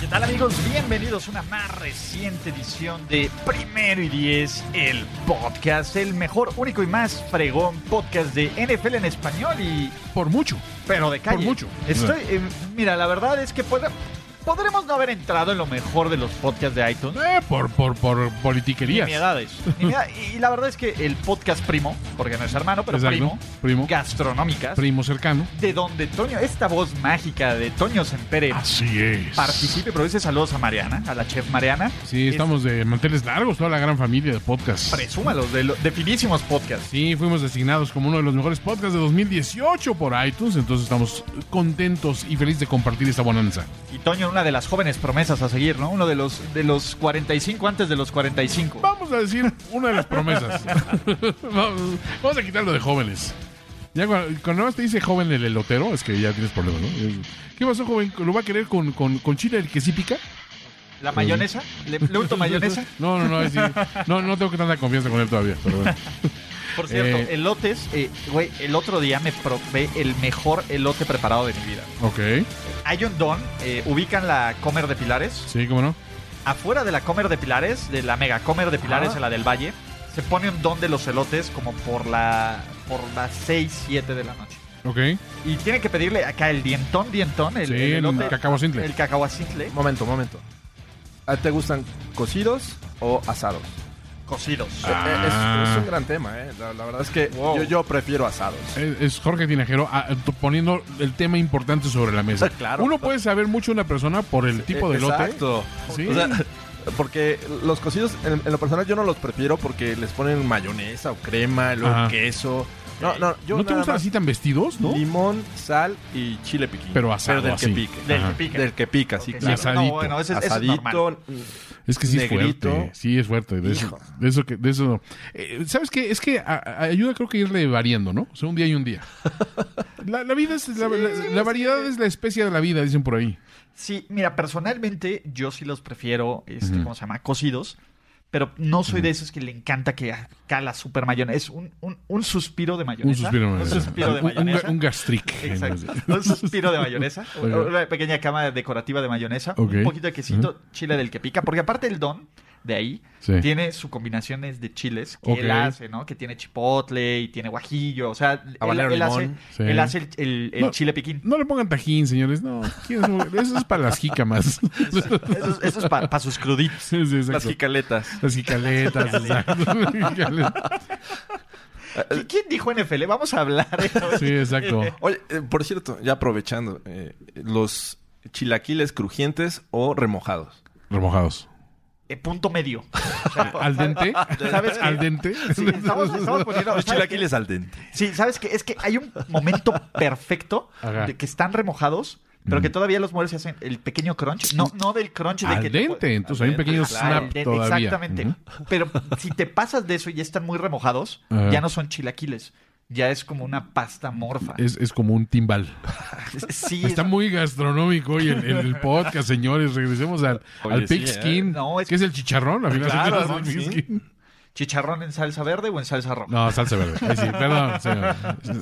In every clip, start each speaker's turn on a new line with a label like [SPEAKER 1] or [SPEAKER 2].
[SPEAKER 1] ¿Qué tal amigos? Bienvenidos a una más reciente edición de Primero y Diez, el podcast, el mejor, único y más fregón podcast de NFL en español y...
[SPEAKER 2] Por mucho.
[SPEAKER 1] Pero de calle.
[SPEAKER 2] Por mucho.
[SPEAKER 1] Estoy, eh, mira, la verdad es que pueda- podremos no haber entrado en lo mejor de los podcasts de iTunes.
[SPEAKER 2] Eh, por, por, por politiquerías.
[SPEAKER 1] Nimiedades. Nimia- Y la verdad es que el podcast primo, porque no es hermano, pero
[SPEAKER 2] Exacto.
[SPEAKER 1] primo,
[SPEAKER 2] Primo.
[SPEAKER 1] gastronómicas,
[SPEAKER 2] Primo cercano.
[SPEAKER 1] de donde Toño, esta voz mágica de Toño Sempere
[SPEAKER 3] Así es.
[SPEAKER 1] participe, pero dice saludos a Mariana, a la chef Mariana.
[SPEAKER 2] Sí,
[SPEAKER 1] Es-
[SPEAKER 2] estamos de manteles largos, toda la gran familia de podcast.
[SPEAKER 1] Presúmalos, de, lo- de finísimos podcasts.
[SPEAKER 2] Sí, fuimos designados como uno de los mejores podcasts de 2018 por iTunes, entonces estamos contentos y felices de compartir esta bonanza.
[SPEAKER 1] Y Toño, una de las jóvenes promesas a seguir, ¿no? Uno de los, de los 45 antes de los 45.
[SPEAKER 2] Vamos a decir una de las promesas. vamos, vamos a quitarlo de jóvenes. Ya cua- cuando, nada más te dice joven el elotero, es que ya tienes problemas, ¿no? ¿Qué pasó, joven? ¿Lo va a querer con, con, con chile el que sí pica?
[SPEAKER 1] ¿La mayonesa? ¿Le, le unto mayonesa?
[SPEAKER 2] No, no, no, es decir, no, no tengo tanta confianza con él todavía, pero bueno.
[SPEAKER 1] Por cierto,
[SPEAKER 2] Eh.
[SPEAKER 1] elotes, eh, güey, el otro día me probé el mejor elote preparado de mi vida.
[SPEAKER 2] Ok,
[SPEAKER 1] Hay un don, eh, ubican la Comer de Pilares.
[SPEAKER 2] sí, cómo no.
[SPEAKER 1] Afuera de la Comer de Pilares, de la mega Comer de Pilares
[SPEAKER 2] Ah.
[SPEAKER 1] en la del Valle, se pone un don de los elotes como por la por las 6, 7 de la noche.
[SPEAKER 2] Ok,
[SPEAKER 1] Y tiene que pedirle acá el dientón, dientón, el,
[SPEAKER 2] sí,
[SPEAKER 1] el
[SPEAKER 2] en
[SPEAKER 1] elote,
[SPEAKER 2] Cacao Sintle.
[SPEAKER 1] el cacahuacintle,
[SPEAKER 4] Momento, momento. ¿A ti ¿Te gustan cocidos o asados?
[SPEAKER 1] cocidos.
[SPEAKER 2] Ah.
[SPEAKER 4] Eh, Es, es un gran tema, ¿eh? La, la verdad es que
[SPEAKER 1] Wow.
[SPEAKER 4] yo, yo prefiero asados.
[SPEAKER 2] Es, es Jorge Tinajero ah, t- poniendo el tema importante sobre la mesa.
[SPEAKER 4] Claro.
[SPEAKER 2] Uno puede saber mucho de una persona por el tipo de
[SPEAKER 4] Eh,
[SPEAKER 2] elote.
[SPEAKER 4] Exacto.
[SPEAKER 2] Sí.
[SPEAKER 4] O sea, porque los cocidos, en, en lo personal, yo no los prefiero porque les ponen mayonesa o crema, luego
[SPEAKER 2] Ajá.
[SPEAKER 4] queso. No, no, yo
[SPEAKER 2] ¿No te
[SPEAKER 4] nada
[SPEAKER 2] gustan
[SPEAKER 4] más
[SPEAKER 2] así tan vestidos, no?
[SPEAKER 4] Limón, sal y chile piquín.
[SPEAKER 2] Pero asado,
[SPEAKER 4] del
[SPEAKER 2] así.
[SPEAKER 4] que pique.
[SPEAKER 1] Del
[SPEAKER 2] Ajá.
[SPEAKER 1] que pica.
[SPEAKER 4] Del que pica, sí,
[SPEAKER 1] Ok,
[SPEAKER 4] claro.
[SPEAKER 2] sí,
[SPEAKER 1] No,
[SPEAKER 2] Asadito.
[SPEAKER 1] bueno, ese, ese es normal.
[SPEAKER 4] Asadito.
[SPEAKER 2] Es que sí
[SPEAKER 4] Negrito.
[SPEAKER 2] es fuerte. Sí, es fuerte. De eso,
[SPEAKER 4] Hijo.
[SPEAKER 2] de eso que, de eso no. Eh, ¿Sabes qué? Es que a- a- ayuda creo que irle variando, ¿no? O sea, un día y un día. La, la vida es, la, la- la variedad es la especie de la vida, dicen por ahí.
[SPEAKER 1] Sí, mira, personalmente yo sí los prefiero, este, ¿cómo se llama? Cocidos. Pero no soy de esos que le encanta que cala super mayonesa. Es un, un, un suspiro de
[SPEAKER 2] Un
[SPEAKER 1] mayonesa.
[SPEAKER 2] suspiro de mayonesa.
[SPEAKER 1] Un suspiro de
[SPEAKER 2] Un- un-
[SPEAKER 1] mayonesa.
[SPEAKER 2] un gastric.
[SPEAKER 1] Exacto. Un suspiro de mayonesa. Una,
[SPEAKER 2] Ok.
[SPEAKER 1] una pequeña cama decorativa de mayonesa.
[SPEAKER 2] Ok.
[SPEAKER 1] Un poquito de quesito, chile del que pica. Porque aparte el don de ahí
[SPEAKER 2] Sí.
[SPEAKER 1] tiene sus combinaciones de chiles que
[SPEAKER 2] Ok.
[SPEAKER 1] él hace, ¿no? Que tiene chipotle y tiene guajillo. O sea, él- él,
[SPEAKER 4] Habanero
[SPEAKER 1] hace,
[SPEAKER 4] limón.
[SPEAKER 2] Sí.
[SPEAKER 1] él hace el, el- el
[SPEAKER 2] No.
[SPEAKER 1] chile piquín.
[SPEAKER 2] No le pongan tajín, señores. No, ¿quién es- eso es para las jícamas.
[SPEAKER 1] Eso, es- eso es para sus cruditos.
[SPEAKER 2] Sí, sí, exacto.
[SPEAKER 4] Las jicaletas.
[SPEAKER 2] Las jicaletas. exacto. Jicaletas.
[SPEAKER 1] ¿Qui- ¿Quién dijo NFL? Vamos a hablar. ¿eh?
[SPEAKER 2] sí, exacto.
[SPEAKER 4] Oye, eh, por cierto, ya aprovechando, eh, los chilaquiles crujientes o remojados.
[SPEAKER 2] Remojados.
[SPEAKER 1] Eh, punto medio.
[SPEAKER 2] Al dente.
[SPEAKER 1] ¿Sabes qué?
[SPEAKER 2] Al dente.
[SPEAKER 1] Sí, estamos, estamos poniendo. ¿sabes
[SPEAKER 4] los chilaquiles al dente.
[SPEAKER 1] qué? Sí, ¿sabes qué? Es que hay un momento perfecto
[SPEAKER 2] Ajá.
[SPEAKER 1] de que están remojados, pero que todavía los mueres y hacen el pequeño crunch. No, no del crunch de
[SPEAKER 2] Al
[SPEAKER 1] que.
[SPEAKER 2] dente. Entonces hay un
[SPEAKER 4] dente,
[SPEAKER 2] pequeño
[SPEAKER 4] claro,
[SPEAKER 1] Al
[SPEAKER 2] snap
[SPEAKER 1] dente,
[SPEAKER 2] todavía.
[SPEAKER 1] Exactamente.
[SPEAKER 2] Ujú.
[SPEAKER 1] Pero si te pasas de eso y ya están muy remojados,
[SPEAKER 2] Ajá.
[SPEAKER 1] ya no son chilaquiles. Ya es como una pasta morfa.
[SPEAKER 2] Es, es como un timbal.
[SPEAKER 1] Sí,
[SPEAKER 2] Eh, Está
[SPEAKER 1] es-
[SPEAKER 2] muy gastronómico hoy el, el podcast, señores. Regresemos al,
[SPEAKER 4] Oye,
[SPEAKER 2] al
[SPEAKER 4] sí,
[SPEAKER 2] pig
[SPEAKER 4] ¿eh?
[SPEAKER 2] skin.
[SPEAKER 1] No, es-
[SPEAKER 2] que es el chicharrón. Al final
[SPEAKER 4] Claro,
[SPEAKER 2] es el
[SPEAKER 4] sí.
[SPEAKER 2] pig skin.
[SPEAKER 1] chicharrón en salsa verde o en salsa roja.
[SPEAKER 2] No, salsa verde. Ahí sí, perdón, señor.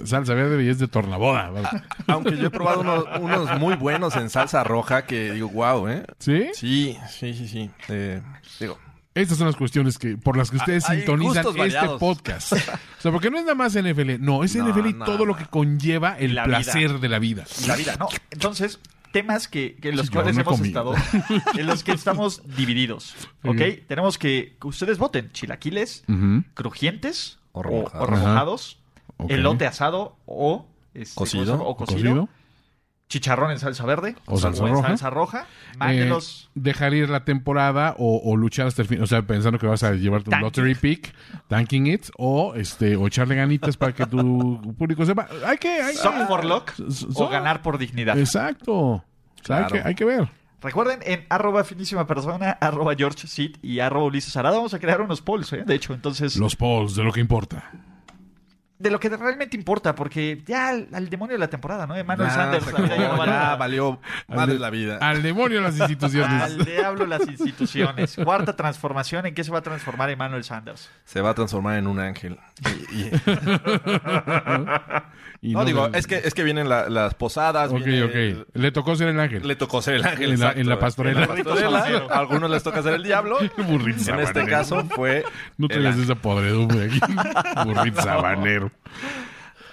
[SPEAKER 2] Salsa verde y es de tornaboda. ¿vale?
[SPEAKER 4] Aunque yo he probado unos, unos muy buenos en salsa roja que digo, wow, ¿eh?
[SPEAKER 2] ¿Sí?
[SPEAKER 4] Sí, sí, sí, sí. Eh, digo,
[SPEAKER 2] Estas son las cuestiones que por las que ustedes
[SPEAKER 4] Ah, Hay
[SPEAKER 2] sintonizan
[SPEAKER 4] gustos
[SPEAKER 2] este
[SPEAKER 4] variados.
[SPEAKER 2] podcast. O sea, porque no es nada más NFL, no, es
[SPEAKER 4] No,
[SPEAKER 2] NFL y
[SPEAKER 4] no,
[SPEAKER 2] todo lo que
[SPEAKER 4] no.
[SPEAKER 2] conlleva el
[SPEAKER 1] La
[SPEAKER 2] placer
[SPEAKER 1] vida.
[SPEAKER 2] de la vida.
[SPEAKER 1] la vida, ¿no? Entonces, temas que, que en los
[SPEAKER 2] Sí, yo
[SPEAKER 1] cuales
[SPEAKER 2] no he
[SPEAKER 1] hemos
[SPEAKER 2] comido.
[SPEAKER 1] estado, en los que estamos divididos, ¿ok?
[SPEAKER 2] Ok.
[SPEAKER 1] Tenemos que, que ustedes voten, chilaquiles,
[SPEAKER 2] Ujú.
[SPEAKER 1] crujientes
[SPEAKER 4] O
[SPEAKER 1] o
[SPEAKER 4] remojados.
[SPEAKER 1] o remojados,
[SPEAKER 2] Ok.
[SPEAKER 1] elote asado o este,
[SPEAKER 4] Cocido.
[SPEAKER 1] o cocido,
[SPEAKER 2] ¿Cocido?
[SPEAKER 1] chicharrón en salsa verde
[SPEAKER 2] O salsa
[SPEAKER 1] en
[SPEAKER 2] roja.
[SPEAKER 1] salsa roja,
[SPEAKER 2] Eh,
[SPEAKER 1] mándenos
[SPEAKER 2] dejar ir la temporada o, o luchar hasta el fin, o sea, pensando que vas a llevarte un
[SPEAKER 1] Tanking.
[SPEAKER 2] lottery pick, tanking it, o este, o echarle ganitas para que tu público sepa. Hay que, hay
[SPEAKER 4] Ah.
[SPEAKER 1] soft for luck
[SPEAKER 2] so-
[SPEAKER 1] o ganar por dignidad.
[SPEAKER 2] Exacto. O sea, hay,
[SPEAKER 4] Claro.
[SPEAKER 2] que, hay que ver.
[SPEAKER 1] Recuerden, en arroba finísima persona, arroba George Sid y arroba Ulises Arada vamos a crear unos polls, ¿eh? De hecho, entonces,
[SPEAKER 2] Los polls, de lo que importa.
[SPEAKER 1] de lo que realmente importa, porque ya al, al demonio de la temporada, ¿no? Emmanuel
[SPEAKER 4] Ya,
[SPEAKER 1] Sanders.
[SPEAKER 4] se
[SPEAKER 1] al
[SPEAKER 4] acabó,
[SPEAKER 1] diablo
[SPEAKER 4] ya
[SPEAKER 1] la-
[SPEAKER 4] valió madre la vida.
[SPEAKER 2] Al demonio las instituciones.
[SPEAKER 1] Al diablo las instituciones. Cuarta transformación, ¿en qué se va a transformar Emmanuel Sanders?
[SPEAKER 4] Se va a transformar en un ángel. Y- y-
[SPEAKER 2] Y
[SPEAKER 4] no, digo,
[SPEAKER 2] me-
[SPEAKER 4] es que, es que vienen la- las posadas.
[SPEAKER 2] Ok,
[SPEAKER 4] viene el-
[SPEAKER 2] ok. Le tocó ser el ángel.
[SPEAKER 4] Le tocó ser el ángel.
[SPEAKER 2] En la-
[SPEAKER 4] exacto.
[SPEAKER 2] en la pastorela.
[SPEAKER 4] En la pastorela. A algunos les toca ser el diablo.
[SPEAKER 2] Burrito
[SPEAKER 4] En este
[SPEAKER 2] sabanero.
[SPEAKER 4] caso fue.
[SPEAKER 2] No
[SPEAKER 4] el
[SPEAKER 2] traigas
[SPEAKER 4] ángel.
[SPEAKER 2] esa podredumbre aquí. Burrito sabanero.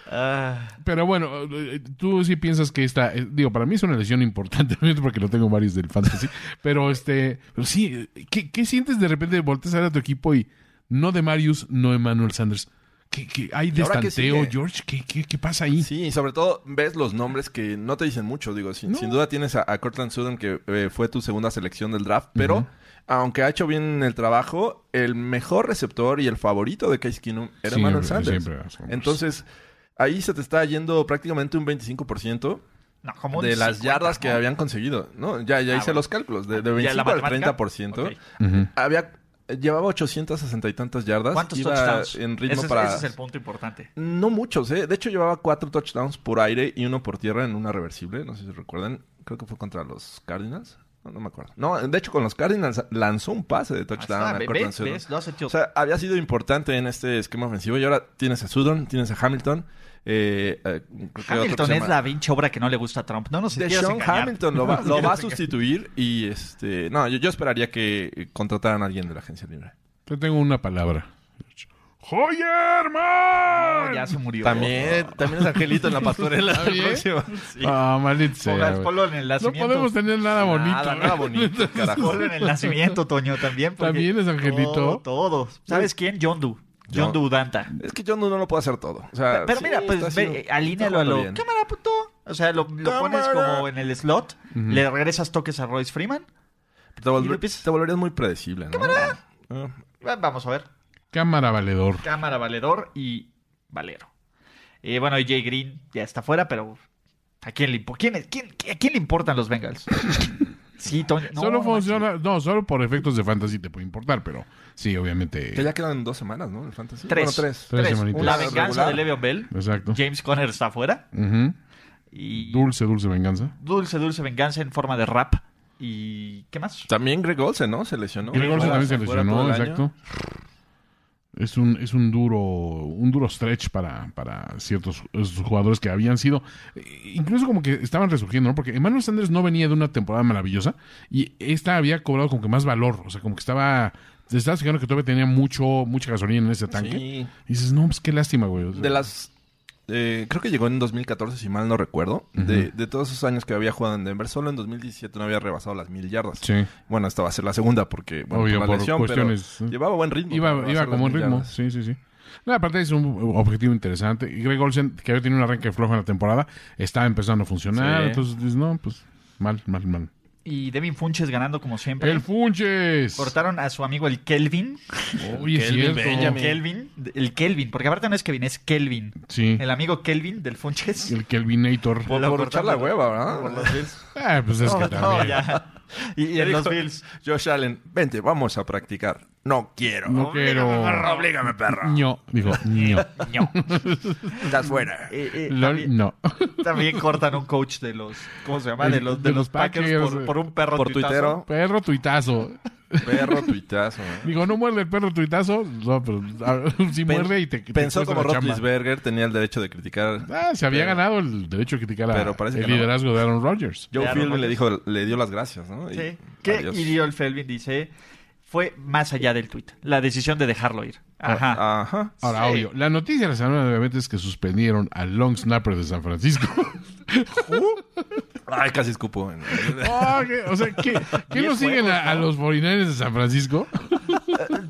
[SPEAKER 1] Ah,
[SPEAKER 2] Pero bueno, eh, tú sí piensas que esta, eh, digo, para mí es una lesión importante, porque lo tengo varios del fantasy, pero este, pero sí, eh, ¿qué, qué sientes de repente de voltear a tu equipo y no de Marius, no Emmanuel Sanders? ¿Qué, qué, hay
[SPEAKER 4] ¿Y ahora qué
[SPEAKER 2] destanteo,
[SPEAKER 4] sigue?
[SPEAKER 2] George? ¿Qué, qué, qué pasa ahí?
[SPEAKER 4] Sí, y sobre todo ves los nombres que no te dicen mucho. Digo, sin,
[SPEAKER 2] No.
[SPEAKER 4] sin duda tienes a, a Cortland Sutton, que eh, fue tu segunda selección del draft, pero aunque ha hecho bien el trabajo, el mejor receptor y el favorito de Case Keenum era
[SPEAKER 2] Siempre,
[SPEAKER 4] Manuel Sanders.
[SPEAKER 2] siempre, pues, siempre.
[SPEAKER 4] Entonces, ahí se te está yendo prácticamente un 25%.
[SPEAKER 1] no, como un
[SPEAKER 4] de las
[SPEAKER 1] 50,
[SPEAKER 4] yardas que
[SPEAKER 1] ¿no?
[SPEAKER 4] habían conseguido, ¿no? Ya, ya
[SPEAKER 1] Ah,
[SPEAKER 4] hice
[SPEAKER 1] bueno.
[SPEAKER 4] los cálculos, de, de
[SPEAKER 1] ¿Ya la
[SPEAKER 4] 25 al
[SPEAKER 1] matemática?
[SPEAKER 4] 30%.
[SPEAKER 1] Ok.
[SPEAKER 2] Ujú.
[SPEAKER 4] Había, llevaba 860 y tantas yardas.
[SPEAKER 1] ¿Cuántos
[SPEAKER 4] Iba
[SPEAKER 1] touchdowns?
[SPEAKER 4] en ritmo
[SPEAKER 1] ese, es-
[SPEAKER 4] para...
[SPEAKER 1] ese es el punto importante.
[SPEAKER 4] No muchos, ¿eh? De hecho, llevaba cuatro touchdowns por aire y uno por tierra en una reversible. No sé si recuerdan. Creo que fue contra los Cardinals. No, no me acuerdo. No, de hecho, con los Cardinals lanzó un pase de touchdown.
[SPEAKER 1] Ah,
[SPEAKER 4] a
[SPEAKER 1] ¿ves?
[SPEAKER 4] Cortland Sutton.
[SPEAKER 1] ¿Ves? Lo has hecho.
[SPEAKER 4] O sea, había sido importante en este esquema ofensivo y ahora tienes a Sudon, tienes a Hamilton. Eh, eh, creo que otro que
[SPEAKER 1] Hamilton
[SPEAKER 4] se
[SPEAKER 1] es
[SPEAKER 4] llama-
[SPEAKER 1] la pinche obra que no le gusta a Trump. No nos
[SPEAKER 4] de
[SPEAKER 1] quieras
[SPEAKER 4] Sean
[SPEAKER 1] engañar.
[SPEAKER 4] Hamilton lo va,
[SPEAKER 1] No nos
[SPEAKER 4] lo va a
[SPEAKER 1] quieras
[SPEAKER 4] sustituir y este no yo, yo esperaría que eh, contrataran a alguien de la agencia libre
[SPEAKER 2] Yo tengo una palabra. ¡Joyerman!
[SPEAKER 1] engañar. Ya se murió.
[SPEAKER 4] también también es Angelito en la pastorela
[SPEAKER 2] ¿Está bien?
[SPEAKER 4] próxima.
[SPEAKER 2] Ah, maldita sea,
[SPEAKER 1] Ponga-
[SPEAKER 2] güey.
[SPEAKER 1] ponlo en el
[SPEAKER 2] No
[SPEAKER 1] nacimiento.
[SPEAKER 2] podemos tener nada bonito.
[SPEAKER 4] nada, nada bonito carajo
[SPEAKER 1] Ponlo en el nacimiento, Toño, también. porque
[SPEAKER 2] También es angelito.
[SPEAKER 1] Todo, todo. ¿Sabes quién? John Doe. John
[SPEAKER 4] Yo-
[SPEAKER 1] Doe Danta.
[SPEAKER 4] Es que John no lo puede hacer todo. O sea,
[SPEAKER 1] Pero
[SPEAKER 4] sí,
[SPEAKER 1] mira,
[SPEAKER 4] está
[SPEAKER 1] pues
[SPEAKER 4] haciendo-
[SPEAKER 1] ve, eh, alínealo a
[SPEAKER 4] está
[SPEAKER 1] lo.
[SPEAKER 4] jugando bien.
[SPEAKER 1] Cámara, puto. O sea, lo, lo
[SPEAKER 4] Cámara.
[SPEAKER 1] pones como en el slot, le regresas toques a Royce Freeman.
[SPEAKER 4] Te, volver-
[SPEAKER 1] y lo empiezas-
[SPEAKER 4] te volverías muy predecible, ¿no? Ah, ¡Cámara!
[SPEAKER 1] Eh, Vamos a ver.
[SPEAKER 2] Cámara valedor.
[SPEAKER 1] Cámara, valedor y valero. Eh, bueno, y Jay Green ya está fuera, pero ¿a quién le, impo- quién es- quién- a quién le importan los Bengals? sí, Toño. no,
[SPEAKER 2] solo
[SPEAKER 1] no
[SPEAKER 2] funciona, no, solo por efectos de fantasy te puede importar, pero sí, obviamente.
[SPEAKER 4] Que ya quedan dos semanas, ¿no? El fantasy.
[SPEAKER 1] Tres.
[SPEAKER 4] Bueno, tres.
[SPEAKER 2] Tres
[SPEAKER 1] Tres.
[SPEAKER 2] semanitas.
[SPEAKER 1] La
[SPEAKER 4] Una
[SPEAKER 1] venganza
[SPEAKER 4] regular.
[SPEAKER 1] de Le'Veon Bell.
[SPEAKER 2] Exacto.
[SPEAKER 1] James Conner está afuera.
[SPEAKER 2] Ujú.
[SPEAKER 1] Y
[SPEAKER 2] Dulce, dulce venganza.
[SPEAKER 1] dulce, dulce venganza en forma de rap. ¿Y qué más?
[SPEAKER 4] También Greg Olsen, ¿no? Se lesionó.
[SPEAKER 2] Greg Olsen
[SPEAKER 4] Fuera-
[SPEAKER 2] también se
[SPEAKER 4] fuera todo
[SPEAKER 2] lesionó,
[SPEAKER 4] el año.
[SPEAKER 2] exacto. Es un, es un duro, un duro stretch para, para ciertos esos jugadores que habían sido, eh, incluso como que estaban resurgiendo, ¿no? Porque Emmanuel Sanders no venía de una temporada maravillosa y esta había cobrado como que más valor, o sea, como que estaba, te estabas fijando que todavía tenía mucho, mucha gasolina en ese tanque.
[SPEAKER 4] Sí.
[SPEAKER 2] Y dices, no, pues qué lástima, güey. O sea,
[SPEAKER 4] De las. eh, creo que llegó en 2014, si mal no recuerdo. de, de todos esos años que había jugado en Denver, solo en 2017 no había rebasado las mil yardas.
[SPEAKER 2] Sí.
[SPEAKER 4] Bueno, esta va a ser la segunda porque. Bueno,
[SPEAKER 2] Obvio,
[SPEAKER 4] la
[SPEAKER 2] por
[SPEAKER 4] lesión, pero
[SPEAKER 2] cuestiones, ¿eh?
[SPEAKER 4] Llevaba buen ritmo. para
[SPEAKER 2] Iba,
[SPEAKER 4] rebasar
[SPEAKER 2] iba
[SPEAKER 4] las
[SPEAKER 2] como un
[SPEAKER 4] mil
[SPEAKER 2] ritmo,
[SPEAKER 4] yardas.
[SPEAKER 2] sí, sí, sí. No, aparte es un objetivo interesante. Y Greg Olsen, que había tenido una arranque floja en la temporada, estaba empezando a funcionar.
[SPEAKER 4] Sí.
[SPEAKER 2] Entonces dices, no, pues mal, mal, mal.
[SPEAKER 1] Y Devin Funches ganando como siempre.
[SPEAKER 2] ¡El Funches!
[SPEAKER 1] Cortaron a su amigo el Kelvin.
[SPEAKER 2] Oye, es
[SPEAKER 4] Kelvin
[SPEAKER 2] cierto.
[SPEAKER 4] Benjamin.
[SPEAKER 1] Kelvin. El Kelvin. Porque aparte no es Kevin, es Kelvin.
[SPEAKER 2] Sí,
[SPEAKER 1] El amigo Kelvin del Funches.
[SPEAKER 2] el Kelvinator.
[SPEAKER 4] Por,
[SPEAKER 1] Lo
[SPEAKER 4] por echar la
[SPEAKER 1] cortaron.
[SPEAKER 4] hueva, ¿verdad?
[SPEAKER 2] Ah, pues es que
[SPEAKER 1] No, no,
[SPEAKER 2] también.
[SPEAKER 1] ya. Y, y en
[SPEAKER 4] Dijo,
[SPEAKER 1] los Bills.
[SPEAKER 4] Josh Allen, vente, vamos a practicar. No quiero.
[SPEAKER 2] No quiero...
[SPEAKER 4] Oblígame, perro.
[SPEAKER 2] No, digo, no.
[SPEAKER 1] No.
[SPEAKER 4] Estás fuera.
[SPEAKER 1] Eh, eh,
[SPEAKER 2] Lol,
[SPEAKER 1] también,
[SPEAKER 2] no.
[SPEAKER 1] también cortan un coach de los. ¿Cómo se llama? De los, de
[SPEAKER 2] De
[SPEAKER 1] los
[SPEAKER 2] los
[SPEAKER 1] Packers,
[SPEAKER 2] Packers,
[SPEAKER 1] por,
[SPEAKER 2] eh.
[SPEAKER 1] por un perro
[SPEAKER 4] Por
[SPEAKER 1] tuitazo.
[SPEAKER 4] tuitero,
[SPEAKER 2] Perro tuitazo.
[SPEAKER 4] perro tuitazo. ¿eh?
[SPEAKER 2] Digo, no muerde el perro tuitazo. No, pero ah, sí
[SPEAKER 4] Pen-
[SPEAKER 2] muerde y te, te
[SPEAKER 4] Pensó
[SPEAKER 2] cuesta
[SPEAKER 4] como
[SPEAKER 2] la chamba.
[SPEAKER 4] Roethlisberger tenía el derecho de criticar.
[SPEAKER 2] Ah, se había ganado el derecho a criticar a-
[SPEAKER 4] Pero parece
[SPEAKER 2] el
[SPEAKER 4] que no.
[SPEAKER 2] liderazgo de Aaron Rodgers.
[SPEAKER 4] Joe
[SPEAKER 1] Aaron
[SPEAKER 4] Philby le
[SPEAKER 1] Rodgers.
[SPEAKER 4] dijo, le dio las gracias, ¿no? Y
[SPEAKER 1] Sí. ¿Qué?
[SPEAKER 4] adiós.
[SPEAKER 1] Y dio el Felvin dice: fue más allá del tuit. La decisión de dejarlo ir.
[SPEAKER 4] ah.
[SPEAKER 1] Ajá.
[SPEAKER 4] Ajá.
[SPEAKER 2] Ahora,
[SPEAKER 1] Sí.
[SPEAKER 2] obvio, la noticia de la semana obviamente es que suspendieron al long snapper de San Francisco.
[SPEAKER 4] Ay, casi escupo. en-
[SPEAKER 2] Oh, ¿qué? o sea, ¿qué, qué
[SPEAKER 1] Diez
[SPEAKER 2] no siguen
[SPEAKER 1] juegos,
[SPEAKER 2] a, a
[SPEAKER 1] ¿no?
[SPEAKER 2] los foreigners de San Francisco?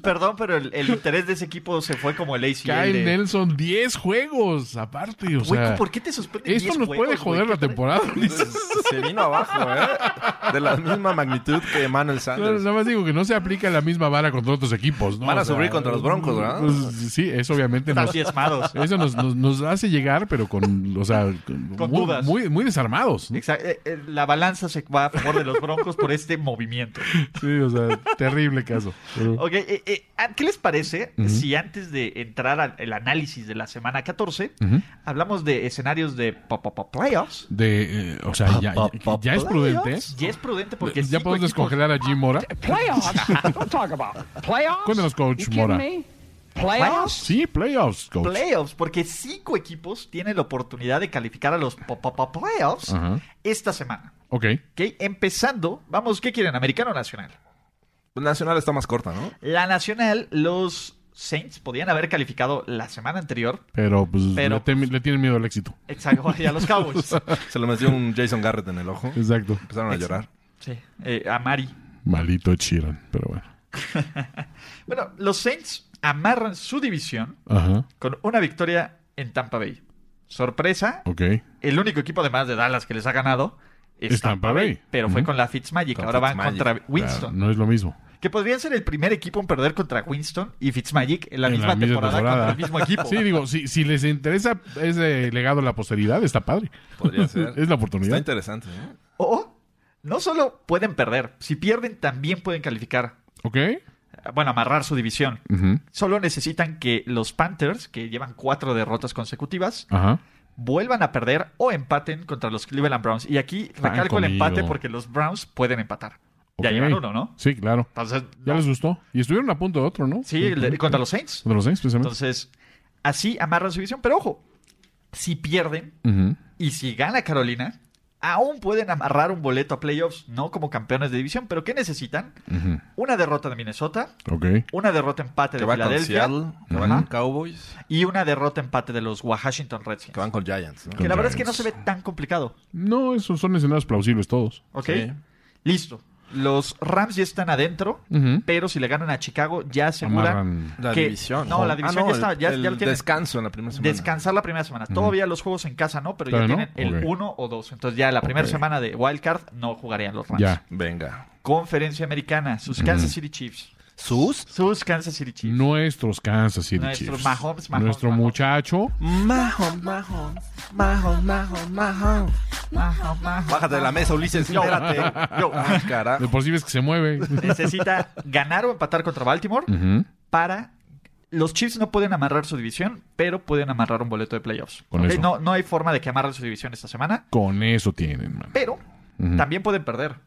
[SPEAKER 1] Perdón, pero el, el interés de ese equipo se fue como el ACL.
[SPEAKER 2] Kyle
[SPEAKER 1] de-
[SPEAKER 2] Nelson, 10 juegos aparte. O
[SPEAKER 1] Güey,
[SPEAKER 2] sea,
[SPEAKER 1] ¿por qué te sorprende?
[SPEAKER 2] esto
[SPEAKER 1] 10
[SPEAKER 2] nos puede
[SPEAKER 1] juegos, güey?
[SPEAKER 2] joder la
[SPEAKER 1] ¿Qué-
[SPEAKER 2] temporada. Ulises.
[SPEAKER 4] Se vino abajo, ¿eh? De la misma magnitud que Emmanuel
[SPEAKER 2] No,
[SPEAKER 4] Sanders.
[SPEAKER 2] nada más digo que no se aplica la misma vara contra otros equipos, ¿no?
[SPEAKER 4] Van a
[SPEAKER 2] O sea,
[SPEAKER 4] subir contra los Broncos, ¿verdad?
[SPEAKER 2] pues, sí, eso obviamente
[SPEAKER 1] Están
[SPEAKER 2] nos,
[SPEAKER 1] diezmados.
[SPEAKER 2] eso nos, nos- nos hace llegar, pero con, o sea,
[SPEAKER 1] Con
[SPEAKER 2] muy,
[SPEAKER 1] dudas.
[SPEAKER 2] Muy, muy desarmados. ¿no?
[SPEAKER 1] Exacto. Eh, eh, La balanza se va a favor de los Broncos por este movimiento.
[SPEAKER 2] Sí, o sea, terrible caso. Pero-
[SPEAKER 1] Ok, eh, eh, ¿a- ¿qué les parece si antes de entrar al el análisis de la semana 14
[SPEAKER 2] Ujú.
[SPEAKER 1] hablamos de escenarios de pa- pa- pa- playoffs?
[SPEAKER 2] De, eh, o sea, ya, ya- ya es prudente. ¿eh?
[SPEAKER 1] Ya es prudente porque
[SPEAKER 2] ya
[SPEAKER 1] cinco
[SPEAKER 2] podemos
[SPEAKER 1] equipos-
[SPEAKER 2] descongelar a Jim Mora.
[SPEAKER 5] Playoffs? Don't talk about it. playoffs.
[SPEAKER 2] Cuéntanos, Coach
[SPEAKER 5] you kidding
[SPEAKER 2] Mora.
[SPEAKER 5] me? Playoffs?
[SPEAKER 2] Sí, playoffs, coach.
[SPEAKER 1] playoffs, porque cinco equipos tienen la oportunidad de calificar a los pa- pa- pa- playoffs
[SPEAKER 2] Ajá.
[SPEAKER 1] esta semana.
[SPEAKER 2] Ok.
[SPEAKER 1] ¿ok? Empezando, vamos, ¿qué quieren? ¿Americano o nacional?
[SPEAKER 4] Nacional está más corta, ¿no?
[SPEAKER 1] La nacional, los Saints podían haber calificado la semana anterior.
[SPEAKER 2] Pero pues
[SPEAKER 1] Pero,
[SPEAKER 2] le, tem- le tienen miedo al éxito.
[SPEAKER 1] Exacto, y a los Cowboys.
[SPEAKER 4] Se lo metió un Jason Garrett en el ojo.
[SPEAKER 2] Exacto.
[SPEAKER 4] Empezaron a llorar.
[SPEAKER 1] Sí, eh, a Mari.
[SPEAKER 2] Malito Chiran, pero bueno.
[SPEAKER 1] Bueno, los Saints amarran su división
[SPEAKER 2] Ajá.
[SPEAKER 1] con una victoria en Tampa Bay. Sorpresa,
[SPEAKER 2] Ok.
[SPEAKER 1] el único equipo además de Dallas que les ha ganado es,
[SPEAKER 2] Es Tampa
[SPEAKER 1] Tampa Bay,
[SPEAKER 2] Bay.
[SPEAKER 1] pero fue con la Fitzmagic.
[SPEAKER 4] Con
[SPEAKER 1] Ahora van
[SPEAKER 4] Fitzmagic,
[SPEAKER 1] contra Winston,
[SPEAKER 2] Claro, Ah, no es lo mismo.
[SPEAKER 1] que podrían ser el primer equipo en perder contra Winston y Fitzmagic en la
[SPEAKER 2] En
[SPEAKER 1] misma temporada, contra el mismo equipo.
[SPEAKER 2] Sí, digo, si, si les interesa ese legado a la posteridad, está padre.
[SPEAKER 4] Podría ser.
[SPEAKER 2] Es la
[SPEAKER 4] Está
[SPEAKER 2] oportunidad.
[SPEAKER 4] interesante, ¿eh?
[SPEAKER 1] o no solo pueden perder, si pierden también pueden calificar,
[SPEAKER 2] Ok.
[SPEAKER 1] bueno, amarrar su división.
[SPEAKER 2] Ujú.
[SPEAKER 1] Solo necesitan que los Panthers, que llevan cuatro derrotas consecutivas,
[SPEAKER 2] Ajá.
[SPEAKER 1] vuelvan a perder o empaten contra los Cleveland Browns. Y aquí recalco el
[SPEAKER 2] comido.
[SPEAKER 1] empate porque los Browns pueden empatar. Ya
[SPEAKER 2] Ok.
[SPEAKER 1] llevan uno, ¿no?
[SPEAKER 2] Sí, claro.
[SPEAKER 1] Entonces,
[SPEAKER 2] Ya les gustó. Y estuvieron a punto de otro, ¿no?
[SPEAKER 1] sí, el de- contra los Saints.
[SPEAKER 2] Contra los Saints, precisamente.
[SPEAKER 1] Entonces, así amarran su división. Pero ojo, si pierden
[SPEAKER 2] Ujú.
[SPEAKER 1] y si gana Carolina, aún pueden amarrar un boleto a playoffs, no como campeones de división. Pero ¿qué necesitan? Una derrota de Minnesota,
[SPEAKER 2] Ok.
[SPEAKER 1] una derrota empate
[SPEAKER 4] Que
[SPEAKER 1] de
[SPEAKER 4] va con
[SPEAKER 1] Filadelfia
[SPEAKER 4] Seattle, que va con Cowboys,
[SPEAKER 1] y una derrota empate de los Washington Redskins.
[SPEAKER 4] que van con Giants, ¿no?
[SPEAKER 1] Que la verdad es que no
[SPEAKER 2] Giants.
[SPEAKER 1] se ve tan complicado.
[SPEAKER 2] No, esos son escenarios plausibles todos.
[SPEAKER 1] ¿Ok?
[SPEAKER 4] Sí.
[SPEAKER 1] Listo. Los Rams ya están adentro,
[SPEAKER 2] Ujú.
[SPEAKER 1] pero si le ganan a Chicago ya aseguran
[SPEAKER 2] Amarran.
[SPEAKER 4] La
[SPEAKER 1] que-
[SPEAKER 4] división.
[SPEAKER 1] No, la
[SPEAKER 4] Ah,
[SPEAKER 1] división ya,
[SPEAKER 4] el-
[SPEAKER 1] está, ya,
[SPEAKER 4] el
[SPEAKER 1] ya lo tienen.
[SPEAKER 4] descanso en la primera semana.
[SPEAKER 1] Descansar la primera semana. Todavía los juegos en casa no, pero ya
[SPEAKER 2] Todavía
[SPEAKER 1] tienen
[SPEAKER 2] no?
[SPEAKER 1] el
[SPEAKER 2] Ok.
[SPEAKER 1] 1 o 2. Entonces ya la primera
[SPEAKER 2] Ok.
[SPEAKER 1] semana de Wildcard no jugarían los Rams.
[SPEAKER 2] Ya.
[SPEAKER 4] Venga.
[SPEAKER 1] Conferencia americana, sus Kansas City Chiefs.
[SPEAKER 4] Sus
[SPEAKER 1] Sus Kansas City Chiefs.
[SPEAKER 2] Nuestros Kansas City
[SPEAKER 1] Nuestro
[SPEAKER 2] Chiefs.
[SPEAKER 1] Mahomes, Mahomes,
[SPEAKER 2] Nuestro
[SPEAKER 1] Mahomes.
[SPEAKER 2] muchacho.
[SPEAKER 4] Mahomes, Mahomes, Mahomes, Mahomes, Mahomes.
[SPEAKER 1] Mahomes, Mahomes.
[SPEAKER 4] Bájate de la mesa, Ulises,
[SPEAKER 1] Yo.
[SPEAKER 4] espérate.
[SPEAKER 1] Yo.
[SPEAKER 4] Ah,
[SPEAKER 2] De
[SPEAKER 4] carajo.
[SPEAKER 2] por sí ves que se mueve.
[SPEAKER 1] Necesita ganar o empatar contra Baltimore
[SPEAKER 2] Ujú.
[SPEAKER 1] para. Los Chiefs no pueden amarrar su división, pero pueden amarrar un boleto de playoffs.
[SPEAKER 2] Con
[SPEAKER 1] ¿Ok?
[SPEAKER 2] eso.
[SPEAKER 1] No, no hay forma de que amarren su división esta semana.
[SPEAKER 2] Con eso tienen, man.
[SPEAKER 1] pero también pueden perder.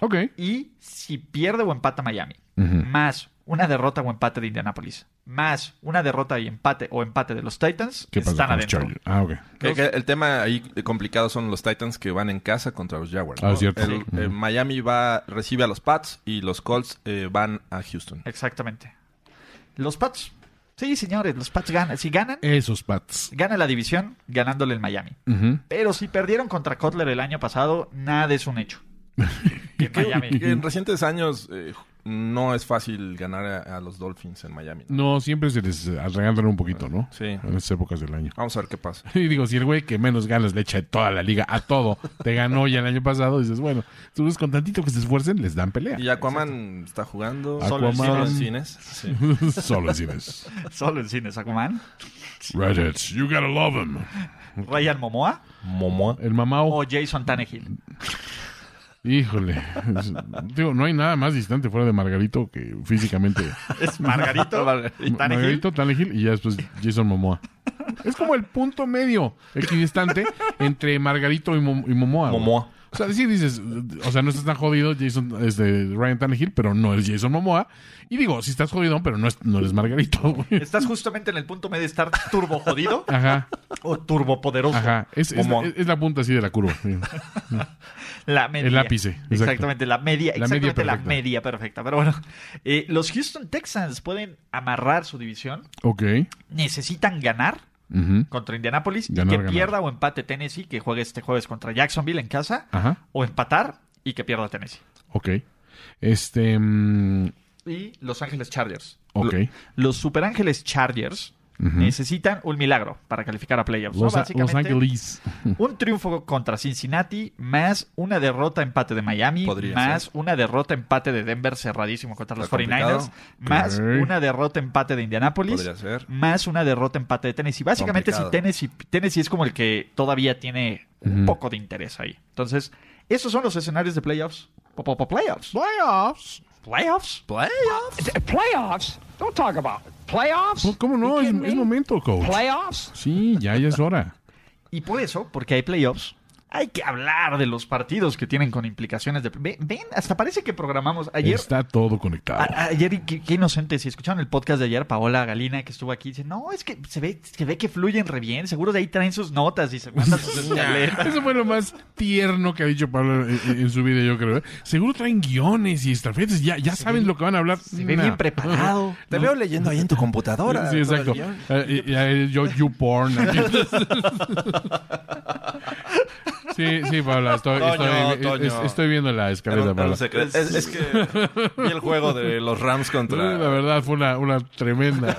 [SPEAKER 2] Ok.
[SPEAKER 1] Y si pierde o empata Miami,
[SPEAKER 2] Ujú.
[SPEAKER 1] más una derrota o empate de Indianapolis, más una derrota y empate o empate de los Titans,
[SPEAKER 2] ¿Qué pasa
[SPEAKER 1] están
[SPEAKER 2] con los
[SPEAKER 1] adentro.
[SPEAKER 2] Chargers? Ah, ok.
[SPEAKER 4] Que- que el tema ahí complicado son los Titans que van en casa contra los Jaguars.
[SPEAKER 2] Ah,
[SPEAKER 4] ¿no?
[SPEAKER 2] es cierto.
[SPEAKER 4] El- eh, Miami va recibe a los Pats y los Colts eh, van a Houston.
[SPEAKER 1] Exactamente. Los Pats. Sí, señores, los Pats ganan. Si ganan,
[SPEAKER 2] Esos Pats.
[SPEAKER 1] gana la división ganándole el Miami.
[SPEAKER 2] Ujú.
[SPEAKER 1] Pero si perdieron contra Kotler el año pasado, nada es un hecho. En Miami.
[SPEAKER 4] Que En recientes años eh, no es fácil ganar a, a los Dolphins en Miami. ¿no?
[SPEAKER 2] No, siempre se les arregalan un poquito, ¿no?
[SPEAKER 4] Sí.
[SPEAKER 2] En estas épocas del año.
[SPEAKER 4] Vamos a ver qué pasa.
[SPEAKER 2] Y digo, si el güey que menos ganas le echa de toda la liga a todo, te ganó ya el año pasado, dices, bueno, tú ves con tantito que se esfuercen, les dan pelea.
[SPEAKER 4] Y Aquaman está jugando.
[SPEAKER 2] Solo en
[SPEAKER 4] Solo en
[SPEAKER 2] cines.
[SPEAKER 4] cines. Sí.
[SPEAKER 2] Solo en cines.
[SPEAKER 1] Solo en cines, Aquaman.
[SPEAKER 2] Reddit, you gotta love 'em. him.
[SPEAKER 1] Ryan Momoa
[SPEAKER 4] Momoa.
[SPEAKER 2] El mamao,
[SPEAKER 1] o Jason Tannehill.
[SPEAKER 2] híjole. Es- Digo, no hay nada más distante fuera de Margarito que físicamente.
[SPEAKER 1] Es Margarito. Tannehill.
[SPEAKER 4] Margarito.
[SPEAKER 2] Margarito, Tannehill y ya después Jason Momoa. Es como el punto medio equidistante entre Margarito y, Mom- y Momoa. güey.
[SPEAKER 4] Momoa.
[SPEAKER 2] O sea, sí dices, o sea, no estás tan jodido, Jason, este, Ryan Tannehill, pero no es Jason Momoa. Y digo, sí estás jodidón, pero no, es, no eres Margarito, güey.
[SPEAKER 1] Estás justamente en el punto medio de estar turbo jodido
[SPEAKER 2] Ajá,
[SPEAKER 1] o turbo poderoso.
[SPEAKER 2] ajá. Es, es,
[SPEAKER 4] Momoa.
[SPEAKER 2] es- es la punta así de la curva. sí.
[SPEAKER 1] La media.
[SPEAKER 2] El ápice, exacto.
[SPEAKER 1] Exactamente, la media.
[SPEAKER 2] La media
[SPEAKER 1] exactamente la
[SPEAKER 2] perfecta.
[SPEAKER 1] media perfecta. Pero bueno, eh, los Houston Texans pueden amarrar su división.
[SPEAKER 2] Ok.
[SPEAKER 1] Necesitan ganar
[SPEAKER 2] ujú,
[SPEAKER 1] contra Indianapolis y
[SPEAKER 2] Ganar,
[SPEAKER 1] que
[SPEAKER 2] ganar.
[SPEAKER 1] pierda o empate Tennessee, que juegue este jueves contra Jacksonville en
[SPEAKER 2] Ah.
[SPEAKER 1] casa,
[SPEAKER 2] Ajá,
[SPEAKER 1] o empatar y que pierda Tennessee.
[SPEAKER 2] ok. Este. mm,
[SPEAKER 1] y Los Ángeles Chargers.
[SPEAKER 2] Ok.
[SPEAKER 1] Lo- Los Super Ángeles Chargers necesitan un milagro para calificar a playoffs. ¿no?
[SPEAKER 2] Los, A- Los
[SPEAKER 1] Pues Básicamente,
[SPEAKER 2] Ángeles.
[SPEAKER 1] un triunfo contra Cincinnati, más una derrota empate de Miami,
[SPEAKER 4] Podría
[SPEAKER 1] más una derrota empate de Denver cerradísimo contra los
[SPEAKER 4] Está
[SPEAKER 1] 49ers,
[SPEAKER 4] complicado.
[SPEAKER 1] más
[SPEAKER 2] Ok.
[SPEAKER 1] una derrota empate de Indianapolis,
[SPEAKER 4] Podría ser.
[SPEAKER 1] más una derrota empate de Tennessee. Básicamente, si
[SPEAKER 4] Complicado.
[SPEAKER 1] Tennessee, Tennessee es como el que todavía tiene un poco de interés ahí. Entonces, esos son los escenarios de playoffs. Po- po- po- Playoffs.
[SPEAKER 2] Playoffs.
[SPEAKER 1] Playoffs.
[SPEAKER 5] Th- Playoffs? Don't talk about it. Playoffs?
[SPEAKER 2] Pues, ¿Cómo no? Es, es momento, coach.
[SPEAKER 5] Playoffs?
[SPEAKER 2] Sí, ya, ya es hora.
[SPEAKER 1] Y por eso, porque hay playoffs, hay que hablar de los partidos que tienen con implicaciones de... Ve- Ven, hasta parece que programamos ayer... Ah,
[SPEAKER 2] Está todo conectado.
[SPEAKER 1] a- ayer, y qué, qué inocente, si escucharon el podcast de ayer, Paola Galina, que estuvo aquí, dice, no, es que se ve, se ve que fluyen re bien, seguro de ahí traen sus notas y se mandan sus escaletas.
[SPEAKER 2] Eso fue lo más tierno que ha dicho Pablo en, en su vida, yo creo. ¿eh? Seguro traen guiones y estrafetes. Ya, ya saben lo que van a hablar.
[SPEAKER 1] Se ve bien preparado.
[SPEAKER 4] Te veo leyendo ahí en tu computadora.
[SPEAKER 2] Sí,
[SPEAKER 4] todo el
[SPEAKER 2] exacto.
[SPEAKER 4] guión.
[SPEAKER 2] Eh, y- y ahí yo, you porn. aquí. Sí, sí, Pabla, estoy,
[SPEAKER 4] Toño,
[SPEAKER 2] estoy,
[SPEAKER 4] Toño.
[SPEAKER 2] es- estoy viendo la
[SPEAKER 4] Era un-
[SPEAKER 2] escaleta,
[SPEAKER 4] era un
[SPEAKER 2] Pabla.
[SPEAKER 4] secreto. Es, es que vi el juego de los Rams contra.
[SPEAKER 2] La verdad fue una, una tremenda,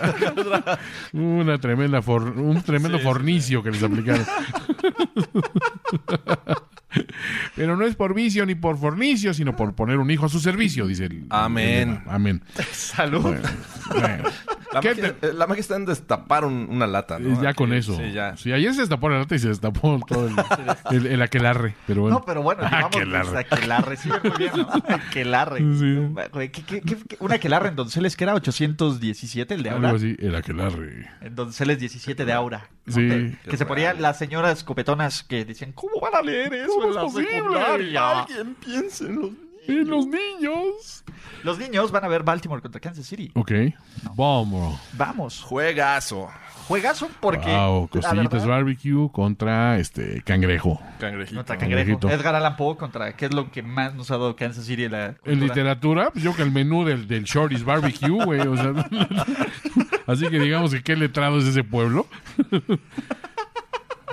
[SPEAKER 2] una tremenda, for- un tremendo fornicio que les aplicaron. Pero no es por vicio ni por fornicio, sino por poner un hijo a su servicio, dice el.
[SPEAKER 4] Amén.
[SPEAKER 2] el- amén.
[SPEAKER 1] Salud.
[SPEAKER 2] Bueno, bueno.
[SPEAKER 4] La
[SPEAKER 2] ¿Qué
[SPEAKER 4] magia, eh, la magia está en destapar un- una lata,
[SPEAKER 2] te-
[SPEAKER 4] ¿no?
[SPEAKER 2] ya
[SPEAKER 4] Aquí.
[SPEAKER 2] con eso.
[SPEAKER 4] Sí, ya.
[SPEAKER 2] Sí, ayer se destapó la nota y se destapó todo el, el, el aquelarre. Pero bueno.
[SPEAKER 1] No, pero bueno,
[SPEAKER 2] Ah,
[SPEAKER 1] llevamos
[SPEAKER 2] aquelarre.
[SPEAKER 1] hasta que la recibe muy bien, ¿no? Que la
[SPEAKER 2] Sí.
[SPEAKER 1] Una que la en Donceles, que era 817, el de
[SPEAKER 2] Algo
[SPEAKER 1] ahora.
[SPEAKER 2] así, el aquelarre.
[SPEAKER 1] En Donceles 17 de Aura. ¿no?
[SPEAKER 2] Sí.
[SPEAKER 1] Que- Que
[SPEAKER 4] Qué
[SPEAKER 1] se ponían
[SPEAKER 4] raro.
[SPEAKER 1] las señoras copetonas que decían, ¿cómo van a leer eso en
[SPEAKER 2] es
[SPEAKER 1] la
[SPEAKER 2] posible?
[SPEAKER 1] secundaria?"
[SPEAKER 4] Alguien piense en los niños.
[SPEAKER 2] ¡Y los niños!
[SPEAKER 1] Los niños van a ver Baltimore contra Kansas City.
[SPEAKER 2] Ok. Vamos.
[SPEAKER 1] Vamos.
[SPEAKER 4] Juegazo.
[SPEAKER 1] Juegazo porque...
[SPEAKER 2] Wow,
[SPEAKER 1] la
[SPEAKER 2] costillitas
[SPEAKER 1] verdad,
[SPEAKER 2] barbecue contra este cangrejo.
[SPEAKER 4] Cangrejito.
[SPEAKER 1] Contra Cangrejo.
[SPEAKER 2] Cangrejito.
[SPEAKER 1] Edgar Allan Poe contra... ¿Qué es lo que más nos ha dado Kansas City en la
[SPEAKER 2] En
[SPEAKER 1] cultura?
[SPEAKER 2] literatura, pues, yo que el menú del, del Shorty's Barbecue, güey. o sea, así que digamos que qué letrado es ese pueblo.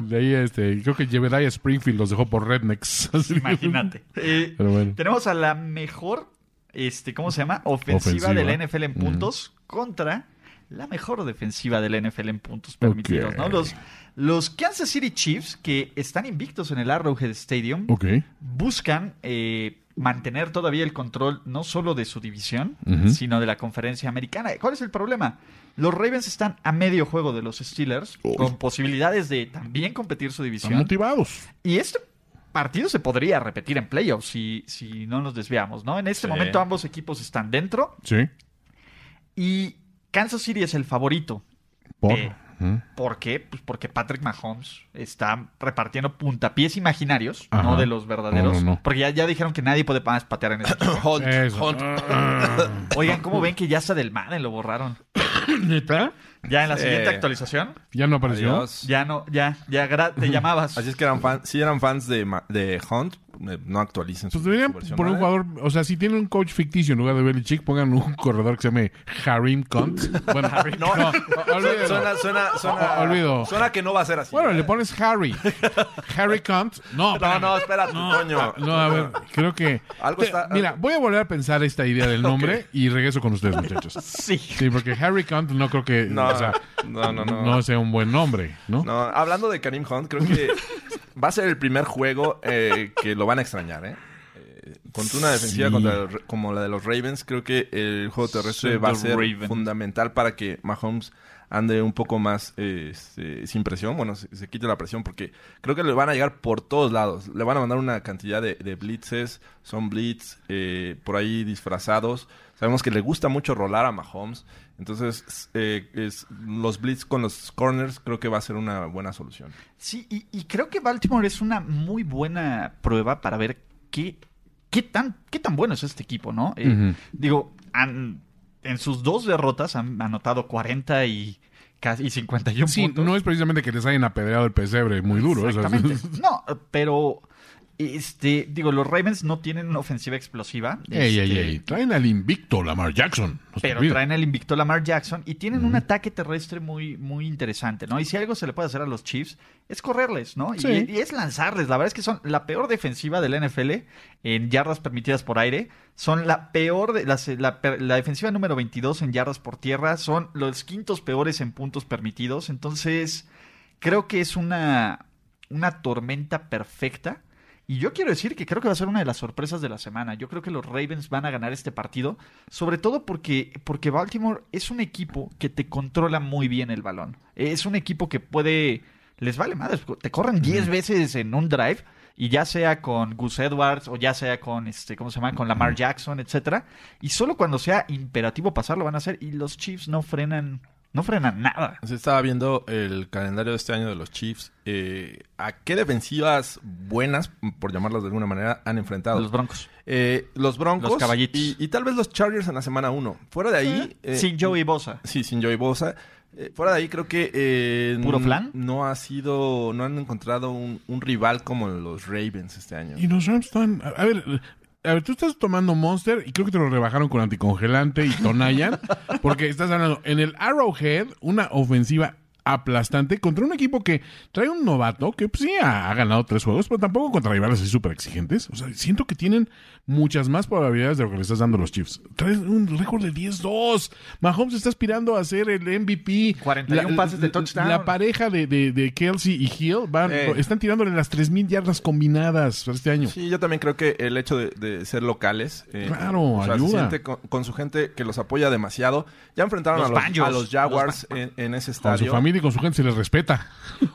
[SPEAKER 2] De ahí, este, creo que Jebediah Springfield los dejó por rednecks. Así que-
[SPEAKER 1] Imagínate. Eh,
[SPEAKER 2] Pero bueno.
[SPEAKER 1] Tenemos a la mejor, este, ¿cómo se llama? Ofensiva,
[SPEAKER 2] Ofensiva.
[SPEAKER 1] del NFL en puntos contra la mejor defensiva del NFL en puntos permitidos,
[SPEAKER 2] Ok.
[SPEAKER 1] ¿no? Los, los Kansas City Chiefs, que están invictos en el Arrowhead Stadium,
[SPEAKER 2] Ok.
[SPEAKER 1] buscan eh, mantener todavía el control no solo de su división,
[SPEAKER 2] Ujú.
[SPEAKER 1] sino de la conferencia americana. ¿Cuál es el problema? Los Ravens están a medio juego de los Steelers,
[SPEAKER 2] Uy.
[SPEAKER 1] con posibilidades de también competir su
[SPEAKER 2] Están
[SPEAKER 1] división.
[SPEAKER 2] motivados.
[SPEAKER 1] Y este partido se podría repetir en playoffs si, si no nos desviamos, ¿no? En este
[SPEAKER 4] Sí.
[SPEAKER 1] momento ambos equipos están dentro
[SPEAKER 2] Sí.
[SPEAKER 1] y Kansas City es el favorito.
[SPEAKER 2] Por. ¿Mm?
[SPEAKER 1] Eh,
[SPEAKER 2] Ujú.
[SPEAKER 1] ¿Por qué? Pues porque Patrick Mahomes está repartiendo puntapiés imaginarios,
[SPEAKER 2] Ajá.
[SPEAKER 1] no de los verdaderos.
[SPEAKER 2] No, no, no.
[SPEAKER 1] Porque ya, ya dijeron que nadie puede más patear en ese equipo.
[SPEAKER 4] Hunt,
[SPEAKER 2] Eso. Ah.
[SPEAKER 4] Hunt.
[SPEAKER 1] Oigan, ¿cómo ven que ya está del Madden? Lo borraron.
[SPEAKER 2] ¿Neta?
[SPEAKER 1] Ya en la
[SPEAKER 4] Sí.
[SPEAKER 1] siguiente actualización,
[SPEAKER 2] ¿Ya no apareció?
[SPEAKER 4] Adiós.
[SPEAKER 1] ya no, ya, ya gra- te llamabas.
[SPEAKER 4] Así es que eran fans, si eran fans de, Ma- de Hunt, eh, no actualicen.
[SPEAKER 2] Pues
[SPEAKER 4] su-
[SPEAKER 2] deberían
[SPEAKER 4] su versión, ¿eh?
[SPEAKER 2] poner un
[SPEAKER 4] ¿vale?
[SPEAKER 2] jugador, o sea, si tienen un coach ficticio en lugar de Belichick, pongan un corredor que se llame Harim Cunt. Bueno, no, no, olvídalo.
[SPEAKER 4] Suena, suena, suena.
[SPEAKER 2] O- olvido.
[SPEAKER 4] Suena que no va a ser así.
[SPEAKER 2] Bueno, le pones Harry. Harry Cunt. No,
[SPEAKER 4] No,
[SPEAKER 2] espérame.
[SPEAKER 4] no, espérate,
[SPEAKER 2] Ah,
[SPEAKER 4] Toño.
[SPEAKER 2] No, a ver, creo que.
[SPEAKER 4] Algo
[SPEAKER 2] Te-
[SPEAKER 4] está-
[SPEAKER 2] Mira, voy a volver a pensar esta idea del nombre y regreso con ustedes, muchachos.
[SPEAKER 1] Sí.
[SPEAKER 2] Sí, porque Harry Cunt no creo que.
[SPEAKER 4] No,
[SPEAKER 2] o sea,
[SPEAKER 4] no, no, no.
[SPEAKER 2] No sea un buen nombre, ¿no?
[SPEAKER 4] No, hablando de Karim Hunt, creo que va a ser el primer juego eh, que lo van a extrañar, ¿eh? Eh, Contra una defensiva
[SPEAKER 2] Sí.
[SPEAKER 4] contra el- como la de los Ravens, creo que el juego terrestre
[SPEAKER 1] Sí,
[SPEAKER 4] va a
[SPEAKER 1] the
[SPEAKER 4] ser
[SPEAKER 1] Ravens.
[SPEAKER 4] fundamental para que Mahomes ande un poco más eh, este, sin presión, bueno, se, se quite la presión, porque creo que le van a llegar por todos lados. Le van a mandar una cantidad de, de blitzes, son blitz, eh, por ahí disfrazados. Sabemos que le gusta mucho rolar a Mahomes, entonces eh, es, los blitz con los corners creo que va a ser una buena solución.
[SPEAKER 1] Sí, y, y creo que Baltimore es una muy buena prueba para ver qué, qué, tan, qué tan bueno es este equipo, ¿no? Eh,
[SPEAKER 2] Ujú.
[SPEAKER 1] Digo, han- en sus dos derrotas han anotado 40 y casi y 51
[SPEAKER 2] Sí,
[SPEAKER 1] puntos.
[SPEAKER 2] ¿eh? no es precisamente que les hayan apedreado el pesebre muy duro. o sea,
[SPEAKER 1] Exactamente. No, pero Este, digo, los Ravens no tienen una ofensiva explosiva.
[SPEAKER 2] Ey, ey,
[SPEAKER 1] este,
[SPEAKER 2] ey. Traen al invicto Lamar Jackson. No se
[SPEAKER 1] Pero
[SPEAKER 2] olviden.
[SPEAKER 1] traen al invicto Lamar Jackson y tienen un ataque terrestre muy, muy interesante, ¿no? Y si algo se le puede hacer a los Chiefs es correrles, ¿no? Y-
[SPEAKER 2] Sí.
[SPEAKER 1] Y, es lanzarles. La verdad es que son la peor defensiva de la NFL en yardas permitidas por aire. Son la peor, de, la, la per- la defensiva número 22 en yardas por tierra. Son los quintos peores en puntos permitidos. Entonces, creo que es una, una tormenta perfecta. Y yo quiero decir que creo que va a ser una de las sorpresas de la semana. Yo creo que los Ravens van a ganar este partido, sobre todo porque, porque Baltimore es un equipo que te controla muy bien el balón. Es un equipo que puede... Les vale madres, te corren 10 veces en un drive y ya sea con Gus Edwards o ya sea con este cómo se llama con Lamar Jackson etcétera y solo cuando sea imperativo pasar lo van a hacer y los Chiefs no frenan no frenan nada
[SPEAKER 4] Se estaba viendo el calendario de este año de los Chiefs. eh, ¿A qué defensivas buenas, por llamarlas de alguna manera, han enfrentado?
[SPEAKER 1] los Broncos
[SPEAKER 4] Eh, los Broncos.
[SPEAKER 1] Los caballitos.
[SPEAKER 4] Y, y tal vez los Chargers en la semana 1. Fuera de ahí. eh,
[SPEAKER 1] sin Joey Bosa
[SPEAKER 4] Sí, sin Joey Bosa. Eh, fuera de ahí creo que... eh,
[SPEAKER 1] ¿Puro
[SPEAKER 4] n-
[SPEAKER 1] flan?
[SPEAKER 4] No ha sido... No han encontrado un, un rival como los Ravens este año.
[SPEAKER 2] Y los Rams están. A, a ver. A ver, tú estás tomando Monster y creo que te lo rebajaron con anticongelante y Tonayan, porque estás hablando en el Arrowhead, una ofensiva aplastante contra un equipo que trae un novato que pues, sí ha, ha ganado tres juegos, pero tampoco contra rivales así súper exigentes. O sea, siento que tienen muchas más probabilidades de lo que le estás dando a los Chiefs. Traes un récord de 10-2. Mahomes está aspirando a ser el MVP.
[SPEAKER 1] 41 pases de touchdown.
[SPEAKER 2] La pareja de, de- de Kelsey y Hill van,
[SPEAKER 4] Eh.
[SPEAKER 2] están tirándole las 3.000 yardas combinadas para este año.
[SPEAKER 4] Sí, yo también creo que el hecho de, de ser locales. eh,
[SPEAKER 2] Claro,
[SPEAKER 4] o sea,
[SPEAKER 2] ayuda.
[SPEAKER 4] Se siente con, con su gente que los apoya demasiado. Ya enfrentaron
[SPEAKER 1] Los
[SPEAKER 4] a, los,
[SPEAKER 1] Banjos.
[SPEAKER 4] a los Jaguars en, en ese
[SPEAKER 2] Con su
[SPEAKER 4] estadio.
[SPEAKER 2] familia y con su gente se les respeta.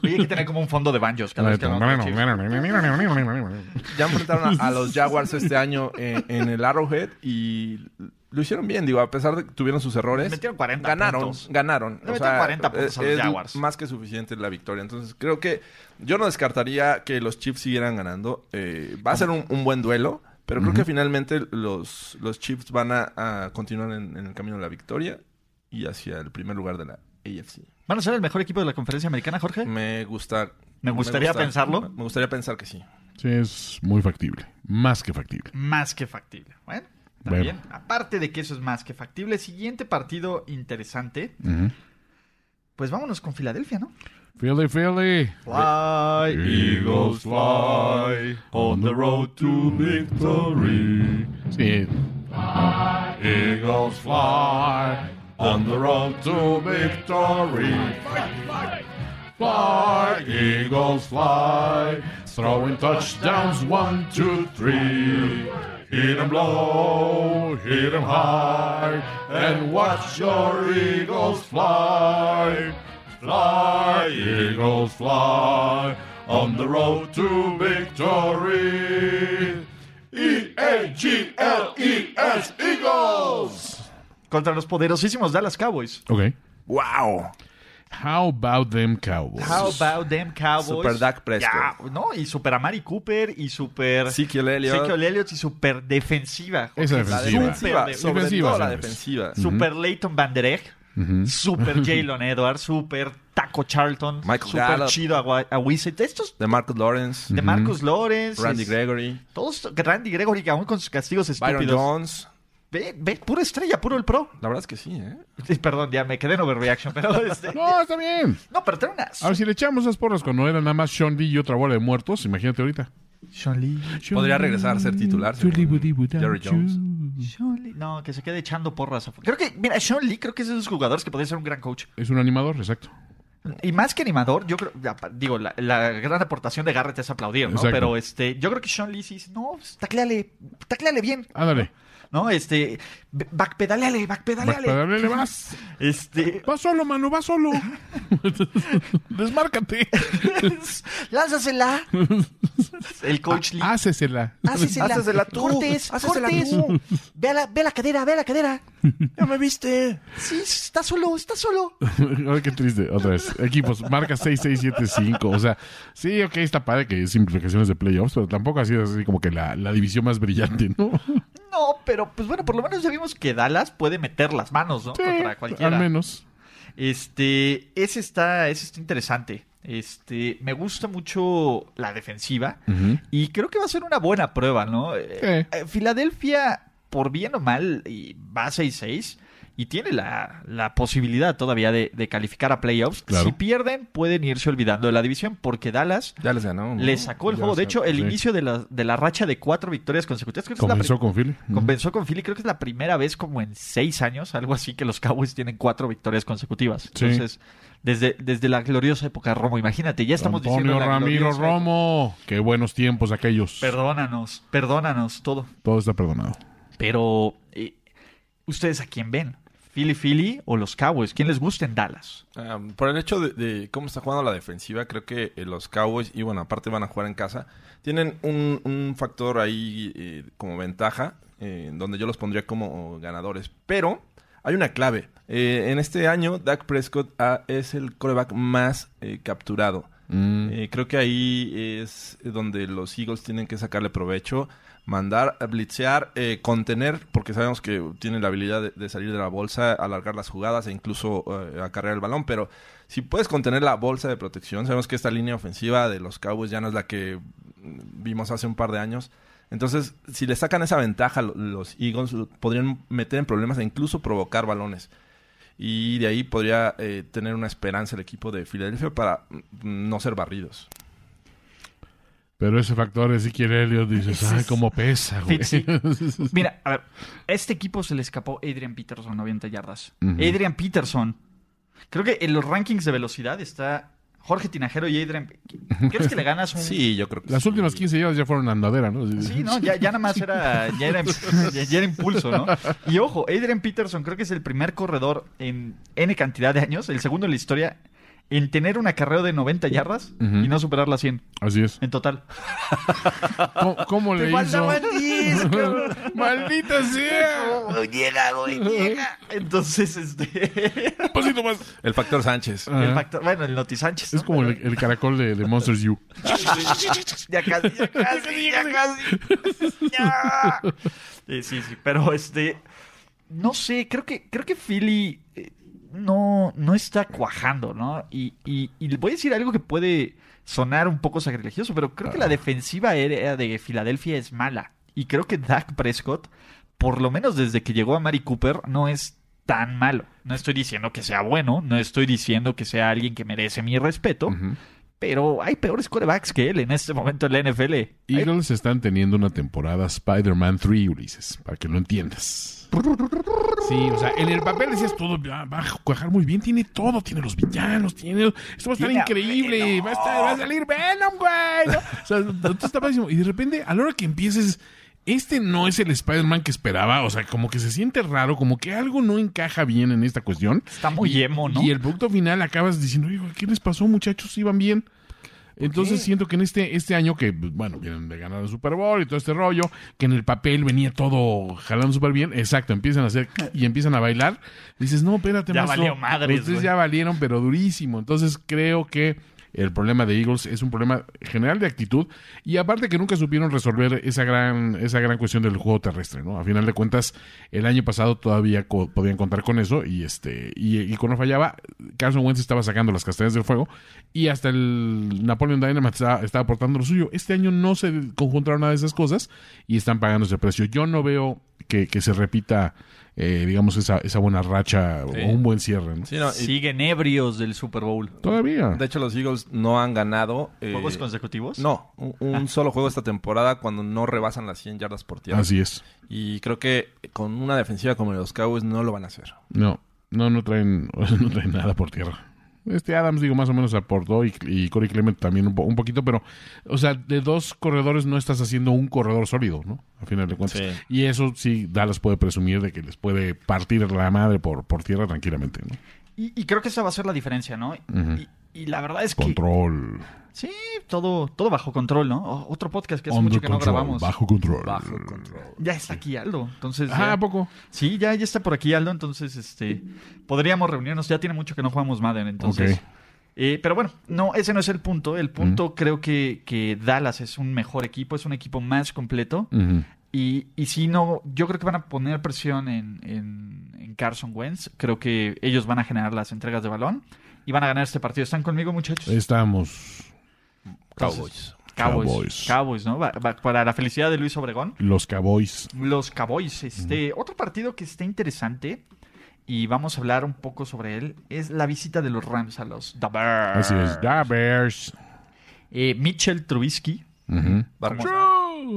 [SPEAKER 1] oye hay que tener como un fondo de banjos cada vez que hablamos de los Chiefs.
[SPEAKER 4] Ya enfrentaron a, a los Jaguars este año en, en el Arrowhead y lo hicieron bien, digo, a pesar de que tuvieron sus errores.
[SPEAKER 1] Metieron 40
[SPEAKER 4] ganaron,
[SPEAKER 1] puntos.
[SPEAKER 4] ganaron.
[SPEAKER 1] Le metieron 40 puntos a los
[SPEAKER 4] es
[SPEAKER 1] Jaguars.
[SPEAKER 4] Más que suficiente la victoria. Entonces, creo que yo no descartaría que los Chiefs siguieran ganando. Eh, va a ser un, un buen duelo, pero creo que finalmente los, los Chiefs van a, a continuar en, en el camino de la victoria y hacia el primer lugar de la AFC.
[SPEAKER 1] van a ser el mejor equipo de la conferencia americana Jorge
[SPEAKER 4] Me gusta.
[SPEAKER 1] Me gustaría pensarlo.
[SPEAKER 4] Me gustaría pensar que sí.
[SPEAKER 2] Sí, es muy factible. Más que factible.
[SPEAKER 1] más que factible. Bueno, también.
[SPEAKER 2] Bueno.
[SPEAKER 1] Aparte de que eso es más que factible, siguiente partido interesante. Pues vámonos con Filadelfia, ¿no?
[SPEAKER 2] Philly, Philly.
[SPEAKER 1] Fly,
[SPEAKER 2] Eagles fly on the road to victory. Sí. Eagles fly on the road to victory. Fly, Eagles fly, throwing touchdowns one, two, three. Hit 'em low, hit 'em high, and watch your Eagles fly. Fly, Eagles fly, on the road to victory. E A G L E S Eagles.
[SPEAKER 1] Contra los poderosísimos Dallas Cowboys.
[SPEAKER 2] Okay.
[SPEAKER 4] ¡Wow!
[SPEAKER 1] Pues
[SPEAKER 2] How about them Cowboys?
[SPEAKER 1] How about them Cowboys?
[SPEAKER 4] Super Dak
[SPEAKER 1] Ya,
[SPEAKER 4] Prescott.
[SPEAKER 1] no, y super Amari Cooper y super
[SPEAKER 4] Ezekiel Elliott.
[SPEAKER 1] Ezekiel Elliott y super defensiva. Jorge.
[SPEAKER 2] Esa
[SPEAKER 4] La
[SPEAKER 2] defensiva.
[SPEAKER 4] defensiva,
[SPEAKER 1] Super de-
[SPEAKER 4] sobre
[SPEAKER 2] defensiva,
[SPEAKER 4] todo la
[SPEAKER 2] señores.
[SPEAKER 4] defensiva.
[SPEAKER 1] Super Leighton Van Der Egg, super Jalen Edwards, super Taco Charlton,
[SPEAKER 4] Michael
[SPEAKER 1] super
[SPEAKER 4] Gallup.
[SPEAKER 1] Chido Awa- Awise. Estos
[SPEAKER 4] De Marcus Lawrence,
[SPEAKER 1] de Marcus Lawrence,
[SPEAKER 4] Randy
[SPEAKER 1] es-
[SPEAKER 4] Gregory,
[SPEAKER 1] Todos, Randy Gregory, que aún con sus castigos
[SPEAKER 4] Byron
[SPEAKER 1] estúpidos.
[SPEAKER 4] Jones.
[SPEAKER 1] Ve, ve, puro estrella, puro el pro.
[SPEAKER 4] La verdad es que sí, ¿eh?
[SPEAKER 1] Sí, Perdón, ya me quedé en overreaction, pero este,
[SPEAKER 2] No, está bien.
[SPEAKER 1] No, pero trae una.
[SPEAKER 2] A ver, si le echamos esas porras cuando era nada más Sean Lee y otra bola de muertos, imagínate ahorita.
[SPEAKER 1] Sean Lee,
[SPEAKER 4] Podría regresar a ser titular. según Jerry Jones.
[SPEAKER 1] Sean Lee. No, que se quede echando porras. afu- Creo que, mira, Sean Lee creo que es de esos jugadores que podría ser un gran coach.
[SPEAKER 2] Es un animador, exacto.
[SPEAKER 1] Y más que animador, yo creo, ya, pa- digo, la, la gran aportación de Garrett es aplaudir, ¿no?
[SPEAKER 2] Exacto.
[SPEAKER 1] Pero este, yo creo que Sean Lee sí dice, no, pues, tacleale, tacleale bien,
[SPEAKER 2] Ándale.
[SPEAKER 1] ¿no? Este, b- backpedaleale, backpedaleale.
[SPEAKER 2] Dale, vas.
[SPEAKER 1] Este,
[SPEAKER 2] Va solo, mano, va solo. Desmárcate.
[SPEAKER 1] lánzasela. El coach Lee.
[SPEAKER 2] Hácesela.
[SPEAKER 6] Hácesela.
[SPEAKER 4] Hácesela tú.
[SPEAKER 6] Ah, Cortes,
[SPEAKER 4] Hácesela
[SPEAKER 6] cortes.
[SPEAKER 4] tú.
[SPEAKER 6] Ve a la, ve a la cadera, ve a la cadera.
[SPEAKER 4] Ya me viste.
[SPEAKER 6] Sí, está solo, está solo.
[SPEAKER 2] Ay, qué triste. Otra vez. Equipos, marca 6675. O sea, sí, ok, está padre que hay simplificaciones de playoffs, pero tampoco ha sido así como que la, la división más brillante, ¿no?
[SPEAKER 1] No, pero pues bueno, por lo menos ya vimos que Dallas puede meter las manos, ¿no? Contra
[SPEAKER 2] al
[SPEAKER 1] cualquiera.
[SPEAKER 2] menos.
[SPEAKER 1] Este, ese está, ese está interesante. Este, me gusta mucho la defensiva y creo que va a ser una buena prueba, ¿no? Eh, eh, Filadelfia, por bien o mal, y va 6-6 y tiene la, la posibilidad todavía de, de calificar a playoffs.
[SPEAKER 2] Claro.
[SPEAKER 1] Si pierden, pueden irse olvidando de la división porque Dallas
[SPEAKER 4] Ya les ganó. ¿no?
[SPEAKER 1] le sacó el
[SPEAKER 2] Ya
[SPEAKER 1] juego. De
[SPEAKER 2] sé,
[SPEAKER 1] hecho, el
[SPEAKER 2] sí.
[SPEAKER 1] inicio de la, de la racha de cuatro victorias consecutivas. Creo que es la
[SPEAKER 2] Comenzó
[SPEAKER 1] pri-
[SPEAKER 2] con Philly. Mm.
[SPEAKER 1] Convenció con Philly, creo que es la primera vez como en seis años, algo así, que los Cowboys tienen cuatro victorias consecutivas.
[SPEAKER 2] Sí.
[SPEAKER 1] Entonces, desde, desde la gloriosa época de Romo, imagínate, ya estamos
[SPEAKER 2] Antonio
[SPEAKER 1] diciendo. la
[SPEAKER 2] Ramiro
[SPEAKER 1] gloriosa-
[SPEAKER 2] Romo. Qué buenos tiempos aquellos.
[SPEAKER 1] Perdónanos, perdónanos todo.
[SPEAKER 2] Todo está perdonado.
[SPEAKER 1] Pero, eh, ¿ustedes a quién ven? ¿Philly, Philly o los Cowboys? ¿Quién les gusta en Dallas?
[SPEAKER 4] Ah, por el hecho de, de cómo está jugando la defensiva, creo que eh, los Cowboys, y bueno, aparte van a jugar en casa, tienen un, un factor ahí eh, como ventaja, eh, donde yo los pondría como ganadores. Pero hay una clave. Eh, en este año, Dak Prescott ah, es el coreback más eh, capturado. Eh, creo que ahí es donde los Eagles tienen que sacarle provecho, mandar, blitzear, eh, contener, porque sabemos que tienen la habilidad de, de salir de la bolsa, alargar las jugadas e incluso eh, acarrear el balón, pero si puedes contener la bolsa de protección, sabemos que esta línea ofensiva de los Cowboys ya no es la que mm, vimos hace un par de años. Entonces, si le sacan esa ventaja, lo- los Eagles lo podrían meter en problemas e incluso provocar balones. Y de ahí podría eh, tener una esperanza el equipo de Filadelfia para mm, no ser barridos.
[SPEAKER 2] Pero ese factor de Ezequiel Elliott dices,
[SPEAKER 1] Ese
[SPEAKER 2] ay,
[SPEAKER 1] es-
[SPEAKER 2] cómo pesa, güey.
[SPEAKER 1] Fitzy. Mira, a ver, a este equipo se le escapó Adrian Peterson, 90 yardas.
[SPEAKER 2] Ujú.
[SPEAKER 1] Adrian Peterson. Creo que en los rankings de velocidad está Jorge Tinajero y Adrian. ¿Quieres que le ganas un.?
[SPEAKER 4] Sí, yo creo que
[SPEAKER 2] Las
[SPEAKER 4] sí.
[SPEAKER 2] últimas 15 yardas ya fueron andadera, ¿no?
[SPEAKER 1] Sí, no, ya, ya nada más era, ya era, ya- ya era impulso, ¿no? Y ojo, Adrian Peterson creo que es el primer corredor en N cantidad de años, el segundo en la historia, en tener un acarreo de 90 yardas
[SPEAKER 2] Ujú.
[SPEAKER 1] y no superar las 100
[SPEAKER 2] Así es.
[SPEAKER 1] en total.
[SPEAKER 2] ¿Cómo, cómo le hizo? ¡Maldita sea!
[SPEAKER 1] Entonces, este.
[SPEAKER 2] Un pasito más.
[SPEAKER 4] El factor Sánchez.
[SPEAKER 1] El
[SPEAKER 2] Ajá.
[SPEAKER 1] factor- bueno, el Noti Sánchez.
[SPEAKER 2] Es
[SPEAKER 1] ¿no?
[SPEAKER 2] como el, el caracol de, de Monsters U.
[SPEAKER 1] Ya casi, ya casi, ya casi. Ya. Eh, sí, sí, pero este. No sé, creo que, creo que Philly eh, no, no está cuajando, ¿no? Y, y, y le voy a decir algo que puede sonar un poco sacrilegioso, pero creo que la defensiva aérea de Filadelfia es mala. Y creo que Dak Prescott, por lo menos desde que llegó a Mari Cooper, no es tan malo. No estoy diciendo que sea bueno, no estoy diciendo que sea alguien que merece mi respeto, pero hay peores corebacks que él en este momento en la NFL. Hay-
[SPEAKER 2] Eagles están teniendo una temporada Spider-Man 3, Ulises, para que lo entiendas. Sí, o sea, en el papel decías todo, ah, va a cuajar muy bien, tiene todo, tiene los villanos, tiene... Esto va a estar
[SPEAKER 1] Tiene a
[SPEAKER 2] increíble, va a, estar- va a salir Venom, güey. ¿no? O sea, todo está padrísimo. Y de repente, a la hora que empieces, este no es el Spider-Man que esperaba, o sea, como que se siente raro, como que algo no encaja bien en esta cuestión.
[SPEAKER 1] Está muy emo, ¿no?
[SPEAKER 2] Y el producto final acabas diciendo, oye, ¿qué les pasó, muchachos? ¿Iban bien? Entonces siento que en este, este año que, bueno, vienen de ganar el Super Bowl y todo este rollo, que en el papel venía todo jalando súper bien, exacto, empiezan a hacer y empiezan a bailar, dices, no, espérate,
[SPEAKER 1] Ya
[SPEAKER 2] maestro,
[SPEAKER 1] valió madres,
[SPEAKER 2] Ustedes
[SPEAKER 1] güey.
[SPEAKER 2] ya valieron, pero durísimo. Entonces creo que el problema de Eagles es un problema general de actitud y aparte que nunca supieron resolver esa gran, esa gran cuestión del juego terrestre, ¿no? A final de cuentas, el año pasado todavía co- podían contar con eso y este y, y cuando fallaba, Carson Wentz estaba sacando las castañas del fuego y hasta el Napoleon Dynamite estaba, estaba aportando lo suyo. Este año no se conjuntaron nada de esas cosas y están pagando ese precio. Yo no veo que, que se repita, eh, digamos, esa, esa buena racha
[SPEAKER 4] Sí.
[SPEAKER 2] o un buen cierre, ¿no?
[SPEAKER 4] Sí, no, y
[SPEAKER 1] Siguen ebrios del Super Bowl.
[SPEAKER 2] Todavía.
[SPEAKER 4] de hecho, los Eagles no han ganado. eh,
[SPEAKER 1] ¿Juegos consecutivos?
[SPEAKER 4] No, un,
[SPEAKER 2] Ah.
[SPEAKER 4] un solo juego esta temporada cuando no rebasan las 100 yardas por tierra.
[SPEAKER 2] Así es.
[SPEAKER 4] Y creo que con una defensiva como los Cowboys no lo van a hacer.
[SPEAKER 2] No, no, no traen, no traen nada por tierra. Este Adams, digo, más o menos aportó y, y Corey Clement también un, po- un poquito, pero, o sea, de dos corredores no estás haciendo un corredor sólido, ¿no? A final de cuentas.
[SPEAKER 4] Sí.
[SPEAKER 2] Y eso sí, Dallas puede presumir de que les puede partir la madre por, por tierra tranquilamente, ¿no?
[SPEAKER 1] Y, y creo que esa va a ser la diferencia, ¿no?
[SPEAKER 2] Ujú.
[SPEAKER 1] y, y la verdad es que.
[SPEAKER 2] Control.
[SPEAKER 1] Sí, todo, todo bajo control, ¿no? O- otro podcast que hace
[SPEAKER 2] under
[SPEAKER 1] mucho que
[SPEAKER 2] control,
[SPEAKER 1] no grabamos.
[SPEAKER 2] Bajo control.
[SPEAKER 1] Mm. Ya está aquí Aldo, entonces.
[SPEAKER 2] Ah,
[SPEAKER 1] ya-
[SPEAKER 2] ¿a poco?
[SPEAKER 1] Sí, ya, ya está por aquí Aldo, entonces este podríamos reunirnos. Ya tiene mucho que no jugamos Madden, entonces.
[SPEAKER 2] Ok.
[SPEAKER 1] Eh, pero bueno, no, ese no es el punto. El punto creo que, que Dallas es un mejor equipo, es un equipo más completo.
[SPEAKER 2] Ujú.
[SPEAKER 1] Y, y si no, yo creo que van a poner presión en, en- en Carson Wentz. Creo que ellos van a generar las entregas de balón. y van a ganar este partido. ¿Están conmigo, muchachos?
[SPEAKER 2] Estamos
[SPEAKER 4] Cowboys.
[SPEAKER 1] Cowboys.
[SPEAKER 2] Cowboys.
[SPEAKER 1] Cowboys, ¿no? Va- va- para la felicidad de Luis Obregón.
[SPEAKER 2] los Cowboys.
[SPEAKER 1] Los Cowboys. Este, otro partido que está interesante y vamos a hablar un poco sobre él es la visita de los Rams a los The Bears.
[SPEAKER 2] Así
[SPEAKER 4] Ah.
[SPEAKER 2] es. Da Bears.
[SPEAKER 1] Eh, Mitchell Trubisky.
[SPEAKER 2] Ujú.
[SPEAKER 4] Barcos.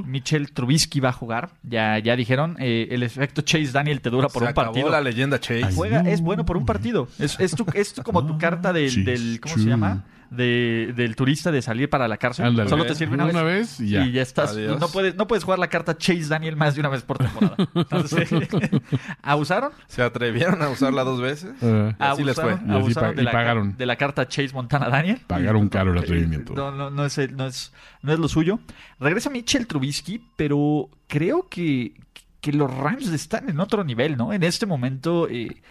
[SPEAKER 1] Mitchell Trubisky va a jugar. Ya, ya dijeron, eh, el efecto Chase Daniel te dura por
[SPEAKER 4] Se
[SPEAKER 1] un
[SPEAKER 4] acabó
[SPEAKER 1] partido.
[SPEAKER 4] la leyenda Chase.
[SPEAKER 1] Juega, es bueno por un partido. Es, es, tu- es tu- como tu carta del, del- ¿cómo se
[SPEAKER 2] Chis,
[SPEAKER 1] llama? De- del turista de salir para la cárcel.
[SPEAKER 2] Ándale.
[SPEAKER 1] Solo te sirve una,
[SPEAKER 2] Una
[SPEAKER 1] vez.
[SPEAKER 2] vez y ya.
[SPEAKER 1] estás.
[SPEAKER 4] Adiós.
[SPEAKER 1] No puedes, no puedes jugar la carta Chase Daniel más de una vez por temporada. Entonces, ¿abusaron?
[SPEAKER 4] Se atrevieron a usarla dos veces.
[SPEAKER 2] Eh,
[SPEAKER 4] Y así les fue.
[SPEAKER 1] Abusaron-
[SPEAKER 2] Y así
[SPEAKER 1] abusaron
[SPEAKER 2] pa-
[SPEAKER 1] de
[SPEAKER 2] y
[SPEAKER 1] la ca-
[SPEAKER 2] pagaron.
[SPEAKER 1] de la carta Chase Montana Daniel.
[SPEAKER 2] pagaron caro el atrevimiento.
[SPEAKER 1] No, no, no, es, el- no, es, no es lo suyo. Regresa Mitchell Trubisky, pero creo que, que los Rams están en otro nivel, ¿no? En este momento, eh,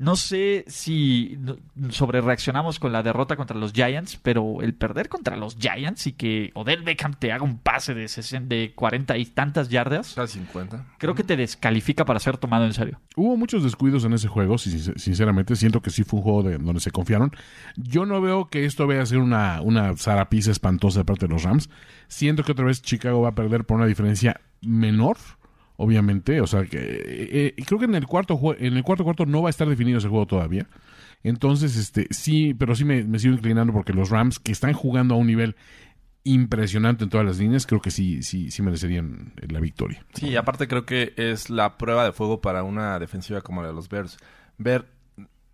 [SPEAKER 1] no sé si no- sobre reaccionamos con la derrota contra los Giants, pero el perder contra los Giants y que Odell Beckham te haga un pase de, 60, de 40 y tantas yardas,
[SPEAKER 4] Está al 50.
[SPEAKER 1] creo que te descalifica para ser tomado en serio.
[SPEAKER 2] Hubo muchos descuidos en ese juego, si- sinceramente. Siento que sí fue un juego de, donde se confiaron. Yo no veo que esto vaya a ser una, una zarapiza espantosa de parte de los Rams. Siento que otra vez Chicago va a perder por una diferencia menor, obviamente. O sea, que eh, eh, creo que en el, cuarto, jue- en el cuarto cuarto no va a estar definido ese juego todavía. Entonces, este sí, pero sí me, me sigo inclinando porque los Rams, que están jugando a un nivel impresionante en todas las líneas, creo que sí, sí, sí merecerían la victoria.
[SPEAKER 4] Sí, aparte creo que es la prueba de fuego para una defensiva como la de los Bears. Ver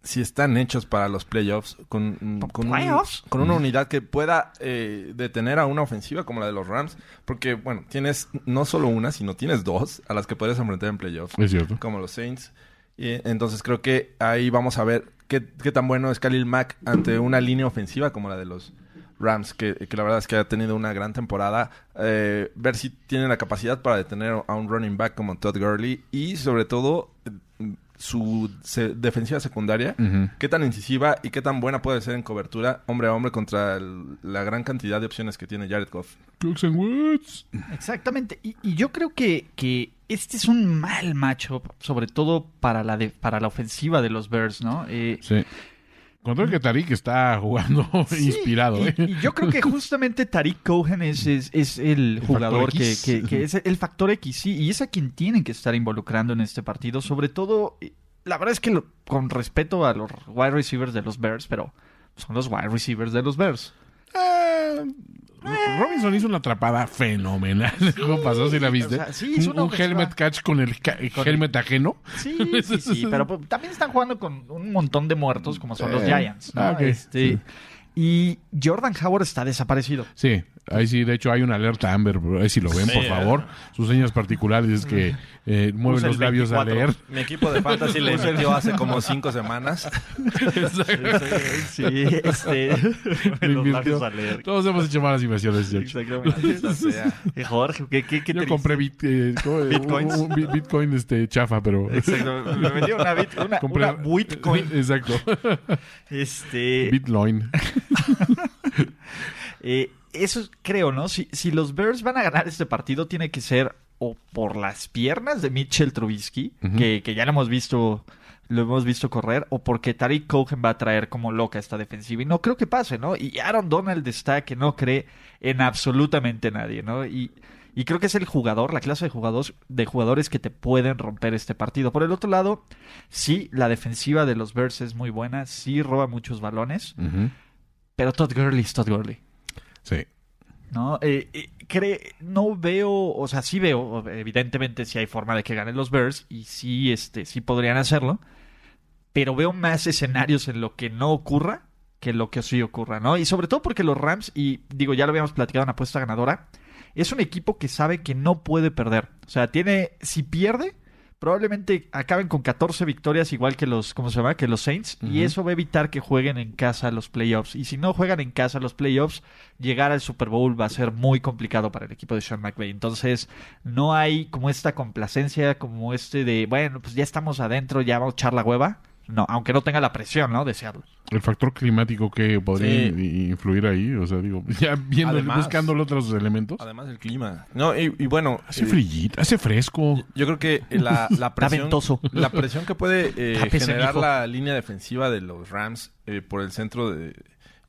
[SPEAKER 4] si están hechos para los playoffs con, con, un-
[SPEAKER 1] ¿Playoffs?
[SPEAKER 4] con una unidad que pueda eh, detener a una ofensiva como la de los Rams. Porque, bueno, tienes no solo una, sino tienes dos a las que puedes enfrentar en playoffs,
[SPEAKER 2] Es cierto.
[SPEAKER 4] como los Saints. Y, entonces creo que ahí vamos a ver qué, qué tan bueno es Khalil Mack ante una línea ofensiva como la de los Rams, que, que la verdad es que ha tenido una gran temporada. Eh, ver si tiene la capacidad para detener a un running back como Todd Gurley y sobre todo eh, su se- defensiva secundaria,
[SPEAKER 2] Ujú.
[SPEAKER 4] qué tan incisiva y qué tan buena puede ser en cobertura hombre a hombre contra el- la gran cantidad de opciones que tiene Jared Goff.
[SPEAKER 2] Cooks and Woods.
[SPEAKER 1] Exactamente, y, y yo creo que, que este es un mal macho, sobre todo para la de, para la ofensiva de los Bears, ¿no? Eh,
[SPEAKER 2] Sí. Contra el que Tarik está jugando
[SPEAKER 1] sí,
[SPEAKER 2] inspirado,
[SPEAKER 1] y,
[SPEAKER 2] ¿eh?
[SPEAKER 1] y yo creo que justamente Tariq Cohen es, es, es el
[SPEAKER 2] factor
[SPEAKER 1] jugador que,
[SPEAKER 2] X.
[SPEAKER 1] que- que es el factor X, sí, y es a quien tienen que estar involucrando en este partido, sobre todo, eh, la verdad es que lo- con respeto a los wide receivers de los Bears, pero son los wide receivers de los Bears.
[SPEAKER 2] Robinson hizo una atrapada fenomenal. El juego pasó, si la viste.
[SPEAKER 1] o sea, sí, hizo
[SPEAKER 2] un,
[SPEAKER 1] una
[SPEAKER 2] un
[SPEAKER 1] ofensiva.
[SPEAKER 2] helmet catch con el ca- helmet ajeno.
[SPEAKER 1] Sí, sí, sí, pero pues, también están jugando con un montón de muertos como son los Giants. ¿no?
[SPEAKER 2] ah, ok,
[SPEAKER 1] Este,
[SPEAKER 2] sí.
[SPEAKER 1] Y Jordan Howard está desaparecido.
[SPEAKER 2] Sí, ahí sí, de hecho hay una alerta Amber, bro. ahí sí lo ven, por favor. Sus señas particulares es que eh, mueve
[SPEAKER 1] Usa el
[SPEAKER 2] los labios a
[SPEAKER 1] 24.
[SPEAKER 2] leer.
[SPEAKER 4] Mi equipo de fantasy le metió hace como cinco semanas.
[SPEAKER 1] Sí, este.
[SPEAKER 2] Le invirtió. Todos hemos hecho malas inversiones, George.
[SPEAKER 1] Jorge, ¿qué, qué, qué
[SPEAKER 2] Yo
[SPEAKER 1] triste.
[SPEAKER 2] compré bit- eh, ¿cómo?
[SPEAKER 1] Bitcoins.
[SPEAKER 2] Un- un bit- Bitcoin este, chafa, pero...
[SPEAKER 1] Exacto, me metí una, bit, una,
[SPEAKER 2] compré-
[SPEAKER 1] una Bitcoin.
[SPEAKER 2] Exacto.
[SPEAKER 1] Este,
[SPEAKER 2] Bitcoin.
[SPEAKER 1] eh, eso es- creo, ¿no? Si, si los Bears van a ganar este partido, tiene que ser o por las piernas de Mitchell Trubisky,
[SPEAKER 2] Ujú.
[SPEAKER 1] que, que ya lo hemos visto lo hemos visto correr, o porque Tariq Cohen va a traer como loca esta defensiva. Y no creo que pase, ¿no? Y Aaron Donald está que no cree en absolutamente nadie, ¿no? Y, y creo que es el jugador, la clase de jugadores, de jugadores que te pueden romper este partido. Por el otro lado, sí, la defensiva de los Bears es muy buena, sí roba muchos balones,
[SPEAKER 2] Ujú.
[SPEAKER 1] pero Todd Gurley es Todd Gurley.
[SPEAKER 2] Sí.
[SPEAKER 1] ¿no? Eh, eh, cre- no veo, o sea, sí veo, evidentemente sí hay forma de que ganen los Bears y sí, este, sí podrían hacerlo, pero veo más escenarios en lo que no ocurra que lo que sí ocurra, ¿no? Y sobre todo porque los Rams, y digo, ya lo habíamos platicado en apuesta ganadora, es un equipo que sabe que no puede perder. O sea, tiene, si pierde, probablemente acaben con 14 victorias igual que los, ¿cómo se llama? Que los Saints. Y eso va a evitar que jueguen en casa los playoffs. Y si no juegan en casa los playoffs, llegar al Super Bowl va a ser muy complicado para el equipo de Sean McVay. Entonces, no hay como esta complacencia, como este de, bueno, pues ya estamos adentro, ya vamos a echar la hueva. No, aunque no tenga la presión, ¿no? De serlo.
[SPEAKER 2] El factor climático que podría
[SPEAKER 4] Sí.
[SPEAKER 2] i- influir ahí, o sea, digo, ya viendo,
[SPEAKER 4] Además-
[SPEAKER 2] buscando los otros elementos.
[SPEAKER 4] Además el clima. No, y, y bueno,
[SPEAKER 2] Hace
[SPEAKER 4] eh,
[SPEAKER 2] frillito, hace fresco.
[SPEAKER 4] yo creo que la, la presión
[SPEAKER 1] ventoso.
[SPEAKER 4] la presión que puede eh,
[SPEAKER 1] Tápese,
[SPEAKER 4] generar
[SPEAKER 1] mijo.
[SPEAKER 4] la línea defensiva de los Rams eh, por el centro de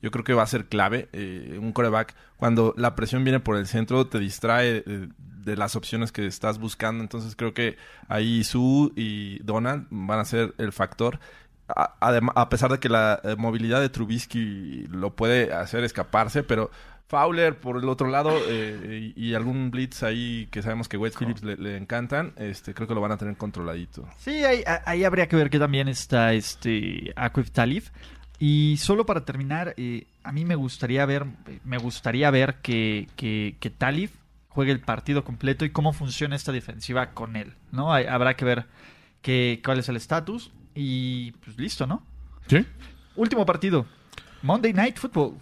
[SPEAKER 4] yo creo que va a ser clave eh, un coreback cuando la presión viene por el centro te distrae eh, de las opciones que estás buscando entonces creo que ahí Su y Donald van a ser el factor a, adem- a pesar de que la eh, movilidad de Trubisky lo puede hacer escaparse pero Fowler por el otro lado eh, y, y algún blitz ahí que sabemos que Wade Phillips le, le encantan este creo que lo van a tener controladito
[SPEAKER 1] Sí, ahí, a- ahí habría que ver que también está este Aquif Talif. Y solo para terminar, eh, a mí me gustaría ver, me gustaría ver que, que, que Talif juegue el partido completo y cómo funciona esta defensiva con él, ¿no? Hay- habrá que ver que, cuál es el estatus y pues listo, ¿no?
[SPEAKER 2] ¿Sí?
[SPEAKER 1] Último partido, Monday Night Football.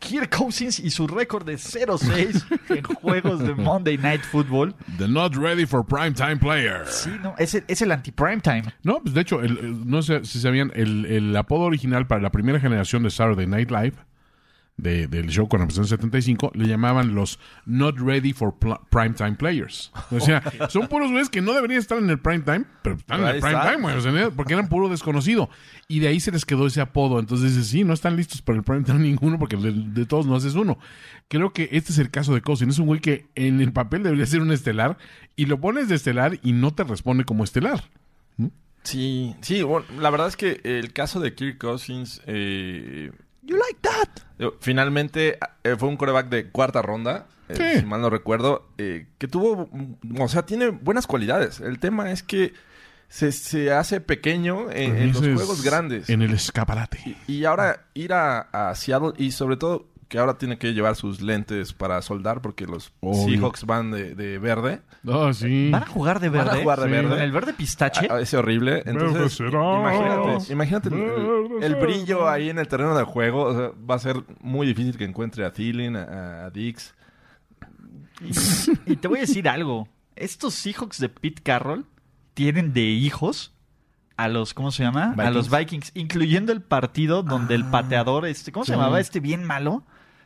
[SPEAKER 1] Kirk Cousins y su récord de 0-6 en juegos de Monday Night Football.
[SPEAKER 2] The not ready for prime time player.
[SPEAKER 1] Sí, no, es el, es el anti-prime time.
[SPEAKER 2] No, pues de hecho, el- el- no sé si sabían, el, el apodo original para la primera generación de Saturday Night Live, de- del show cuando empezó en 75, le llamaban los Not Ready for Pl- Prime Time Players. O sea, son puros güeyes que no deberían estar en el prime time, pero están en
[SPEAKER 4] Ahí
[SPEAKER 2] el prime
[SPEAKER 4] está.
[SPEAKER 2] time, güey, o sea, porque eran puro desconocido. Y de ahí se les quedó ese apodo. Entonces dices, sí, no están listos para el prime time ninguno, porque de, de todos no haces uno. Creo que este es el caso de Cousin. Es un güey que en el papel debería ser un estelar, y lo pones de estelar y no te responde como estelar.
[SPEAKER 4] Sí, sí, bueno, la verdad es que el caso de Kirk Cousins, eh,
[SPEAKER 6] You like that?
[SPEAKER 4] digo, finalmente eh, fue un coreback de cuarta ronda, eh,
[SPEAKER 2] Sí.
[SPEAKER 4] si mal no recuerdo, eh, que tuvo, mm, o sea, tiene buenas cualidades. El tema es que se, se hace pequeño en, en los
[SPEAKER 2] Dices,
[SPEAKER 4] juegos grandes.
[SPEAKER 2] En el escaparate.
[SPEAKER 4] Y, y ahora ir a, a Seattle y sobre todo que ahora tiene que llevar sus lentes para soldar porque los
[SPEAKER 2] Obvio.
[SPEAKER 4] Seahawks van de, de verde.
[SPEAKER 2] No, sí.
[SPEAKER 1] ¿Van a jugar de
[SPEAKER 4] Van a
[SPEAKER 1] verde?
[SPEAKER 4] jugar de
[SPEAKER 1] Sí.
[SPEAKER 4] verde.
[SPEAKER 1] ¿Con el verde pistache?
[SPEAKER 4] A- a- Es Ah, horrible.
[SPEAKER 2] Verde
[SPEAKER 4] Entonces,
[SPEAKER 2] será.
[SPEAKER 4] imagínate, imagínate el, el-
[SPEAKER 2] Verde
[SPEAKER 4] el
[SPEAKER 2] será.
[SPEAKER 4] brillo ahí en el terreno del juego. o sea, va a ser muy difícil que encuentre a Thielen, a, a Dix.
[SPEAKER 1] Y te voy a decir algo. Estos Seahawks de Pete Carroll tienen de hijos a los, ¿cómo se llama? A
[SPEAKER 4] Vikings. Ah.
[SPEAKER 1] los Vikings, incluyendo el partido donde el pateador, este, ¿cómo se
[SPEAKER 2] sí.
[SPEAKER 1] llamaba? Este bien malo,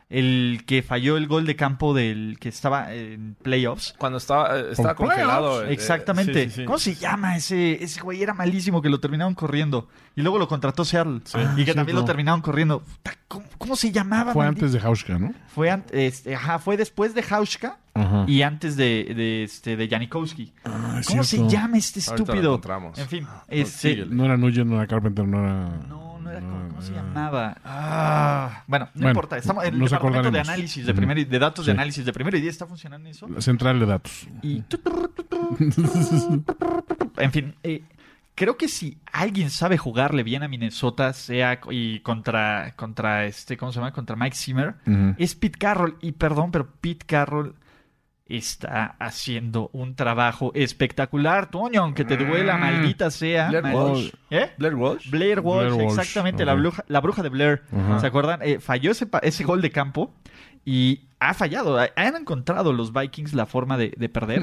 [SPEAKER 1] el que falló el gol de campo del que estaba en playoffs.
[SPEAKER 4] Cuando estaba, eh, estaba
[SPEAKER 2] Con
[SPEAKER 4] congelado. eh,
[SPEAKER 1] Exactamente.
[SPEAKER 4] eh, sí, sí, sí.
[SPEAKER 1] ¿Cómo se llama ese, ese güey? Era malísimo que lo terminaron corriendo. Y luego lo contrató Seattle. y que
[SPEAKER 4] Ah,
[SPEAKER 2] sí,
[SPEAKER 1] también
[SPEAKER 2] no.
[SPEAKER 1] lo terminaron corriendo. Puta, ¿Cómo, cómo se llamaba?
[SPEAKER 2] Fue
[SPEAKER 1] maldito?
[SPEAKER 2] antes de Hauschka, ¿no?
[SPEAKER 1] Fue, ant- este, ajá, fue después de Hauschka
[SPEAKER 2] Ajá.
[SPEAKER 1] y antes de, de, este, de Janikowski.
[SPEAKER 2] Ah, es
[SPEAKER 1] ¿Cómo
[SPEAKER 2] cierto. Ah,
[SPEAKER 1] se llama este
[SPEAKER 4] Ahorita lo
[SPEAKER 1] estúpido?
[SPEAKER 4] encontramos.
[SPEAKER 1] En fin, este...
[SPEAKER 4] síguele.
[SPEAKER 2] No era Nugent, no era Carpenter, no era.
[SPEAKER 1] No, no era como, ¿cómo se
[SPEAKER 2] era-
[SPEAKER 1] llamaba? Ah, bueno, no
[SPEAKER 2] Bueno,
[SPEAKER 1] importa. Estamos en el
[SPEAKER 2] nos
[SPEAKER 1] departamento de
[SPEAKER 2] acordaremos.
[SPEAKER 1] análisis de
[SPEAKER 2] Ujú.
[SPEAKER 1] primero y- de datos de
[SPEAKER 2] Sí.
[SPEAKER 1] análisis de primero y diez está funcionando eso.
[SPEAKER 2] La central de datos.
[SPEAKER 1] Y en fin, eh, creo que si alguien sabe jugarle bien a Minnesota, sea co- y contra contra este, ¿cómo se llama? Contra Mike Zimmer, es Pete Carroll. Y perdón, pero Pete Carroll está haciendo un trabajo espectacular, Toño, aunque te duela, maldita sea.
[SPEAKER 4] Mm. Blair
[SPEAKER 1] maldita-
[SPEAKER 4] Walsh.
[SPEAKER 1] ¿Eh?
[SPEAKER 4] Blair Walsh.
[SPEAKER 1] Blair Walsh,
[SPEAKER 2] Blair Walsh,
[SPEAKER 1] exactamente, la,
[SPEAKER 2] ajá.
[SPEAKER 1] bruja, la bruja de Blair.
[SPEAKER 2] Ajá.
[SPEAKER 1] ¿Se acuerdan? Eh, falló ese, pa- ese gol de campo y ha fallado. Ha- Han encontrado los Vikings la forma de, de perder.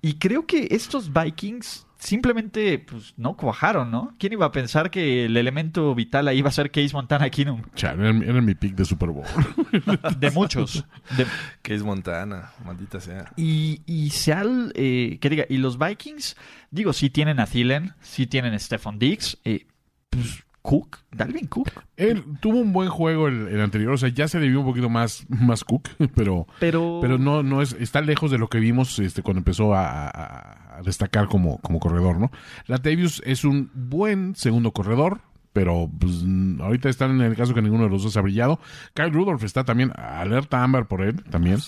[SPEAKER 1] y creo que estos Vikings simplemente pues, no cuajaron, ¿no? ¿Quién iba a pensar que el elemento vital ahí iba a ser Case Montana Keenum?
[SPEAKER 2] Chale, era, era mi pick de Super Bowl.
[SPEAKER 1] De muchos. De-
[SPEAKER 4] Que es Montana. Maldita sea.
[SPEAKER 1] y, y Seal, eh, que diga, y los Vikings, digo, sí tienen a Thielen, sí tienen a Stephon Diggs, eh, pues Cook, Dalvin Cook.
[SPEAKER 2] Él tuvo un buen juego el, el anterior, o sea, ya se le vio un poquito más, más cook, pero,
[SPEAKER 1] Pero,
[SPEAKER 2] pero no, no es, está lejos de lo que vimos este, cuando empezó a, a- a destacar como, como corredor, ¿no? Latavius es un buen segundo corredor, pero pues, mm, ahorita están en el caso que ninguno de los dos ha brillado. Kyle Rudolph está también, alerta ámbar por él también.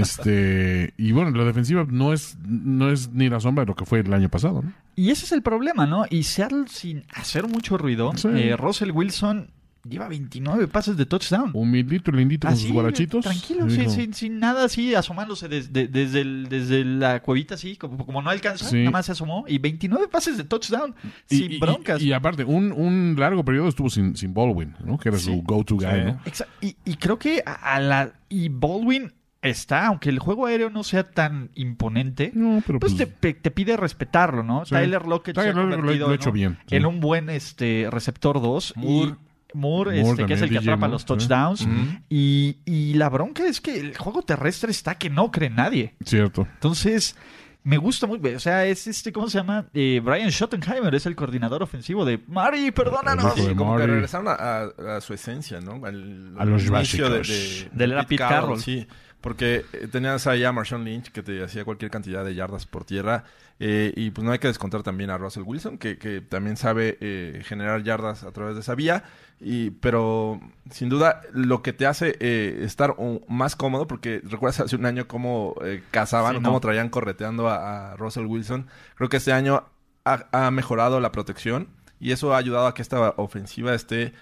[SPEAKER 2] este Y bueno, la defensiva no es, no es ni la sombra de lo que fue el año pasado, ¿no?
[SPEAKER 1] Y ese es el problema, ¿no? Y Seattle sin hacer mucho ruido,
[SPEAKER 2] Sí.
[SPEAKER 1] eh, Russell Wilson lleva 29 pases de touchdown.
[SPEAKER 2] Humildito, y lindito con
[SPEAKER 1] Así,
[SPEAKER 2] sus pues, guarachitos.
[SPEAKER 1] Ah, Tranquilo,
[SPEAKER 2] Digo,
[SPEAKER 1] sin, sin, sin nada así, asomándose des- de- desde, el- desde la cuevita así, como, como no alcanza,
[SPEAKER 2] Sí.
[SPEAKER 1] nada más se asomó. Y 29 pases de touchdown,
[SPEAKER 2] Y-
[SPEAKER 1] sin
[SPEAKER 2] y-
[SPEAKER 1] broncas.
[SPEAKER 2] Y, y aparte, un, un largo periodo estuvo sin, sin Baldwin, ¿no? Que era
[SPEAKER 1] Sí.
[SPEAKER 2] su go-to guy,
[SPEAKER 4] Sí.
[SPEAKER 2] ¿no?
[SPEAKER 1] Exa- y, y creo que a, a la. Y Baldwin está, aunque el juego aéreo no sea tan imponente,
[SPEAKER 2] No, pero
[SPEAKER 1] pues te, pe-
[SPEAKER 2] pues-
[SPEAKER 1] te pide respetarlo, ¿no?
[SPEAKER 2] Sí.
[SPEAKER 1] Tyler Lockett
[SPEAKER 2] Tyler
[SPEAKER 1] se ha
[SPEAKER 2] Lockett lo-
[SPEAKER 1] convertido
[SPEAKER 2] lo ha
[SPEAKER 1] en
[SPEAKER 2] hecho
[SPEAKER 1] un-
[SPEAKER 2] bien, sí.
[SPEAKER 1] en un buen este receptor 2
[SPEAKER 4] Moore.
[SPEAKER 1] y Moore,
[SPEAKER 2] Moore
[SPEAKER 1] este, que
[SPEAKER 2] también,
[SPEAKER 1] es el que
[SPEAKER 2] DJ
[SPEAKER 1] atrapa
[SPEAKER 2] Moore,
[SPEAKER 1] los
[SPEAKER 2] sí.
[SPEAKER 1] touchdowns
[SPEAKER 4] Ujú.
[SPEAKER 1] y, y la bronca es que el juego terrestre está que no cree en nadie.
[SPEAKER 2] Cierto.
[SPEAKER 1] Entonces, me gusta muy, o sea, es este, ¿cómo se llama? Eh, Brian Schottenheimer es el coordinador ofensivo de Mari, perdónanos.
[SPEAKER 2] Hijo de
[SPEAKER 4] Sí, como que
[SPEAKER 2] Mori.
[SPEAKER 4] regresaron a, a- a su esencia, ¿no? Al,
[SPEAKER 2] A los
[SPEAKER 4] inicio de,
[SPEAKER 2] básicos.
[SPEAKER 1] Del era Pete Carroll.
[SPEAKER 4] Sí, porque eh, tenías ahí a Marshawn Lynch que te hacía cualquier cantidad de yardas por tierra. eh, y pues no hay que descontar también a Russell Wilson, que, que también sabe eh, generar yardas a través de esa vía. Y, pero sin duda lo que te hace eh, estar un- más cómodo, porque recuerdas hace un año cómo eh, cazaban,
[SPEAKER 1] Sí,
[SPEAKER 4] o
[SPEAKER 1] no.
[SPEAKER 4] cómo traían correteando a, a Russell Wilson. Creo que este año ha, ha mejorado la protección y eso ha ayudado a que esta ofensiva esté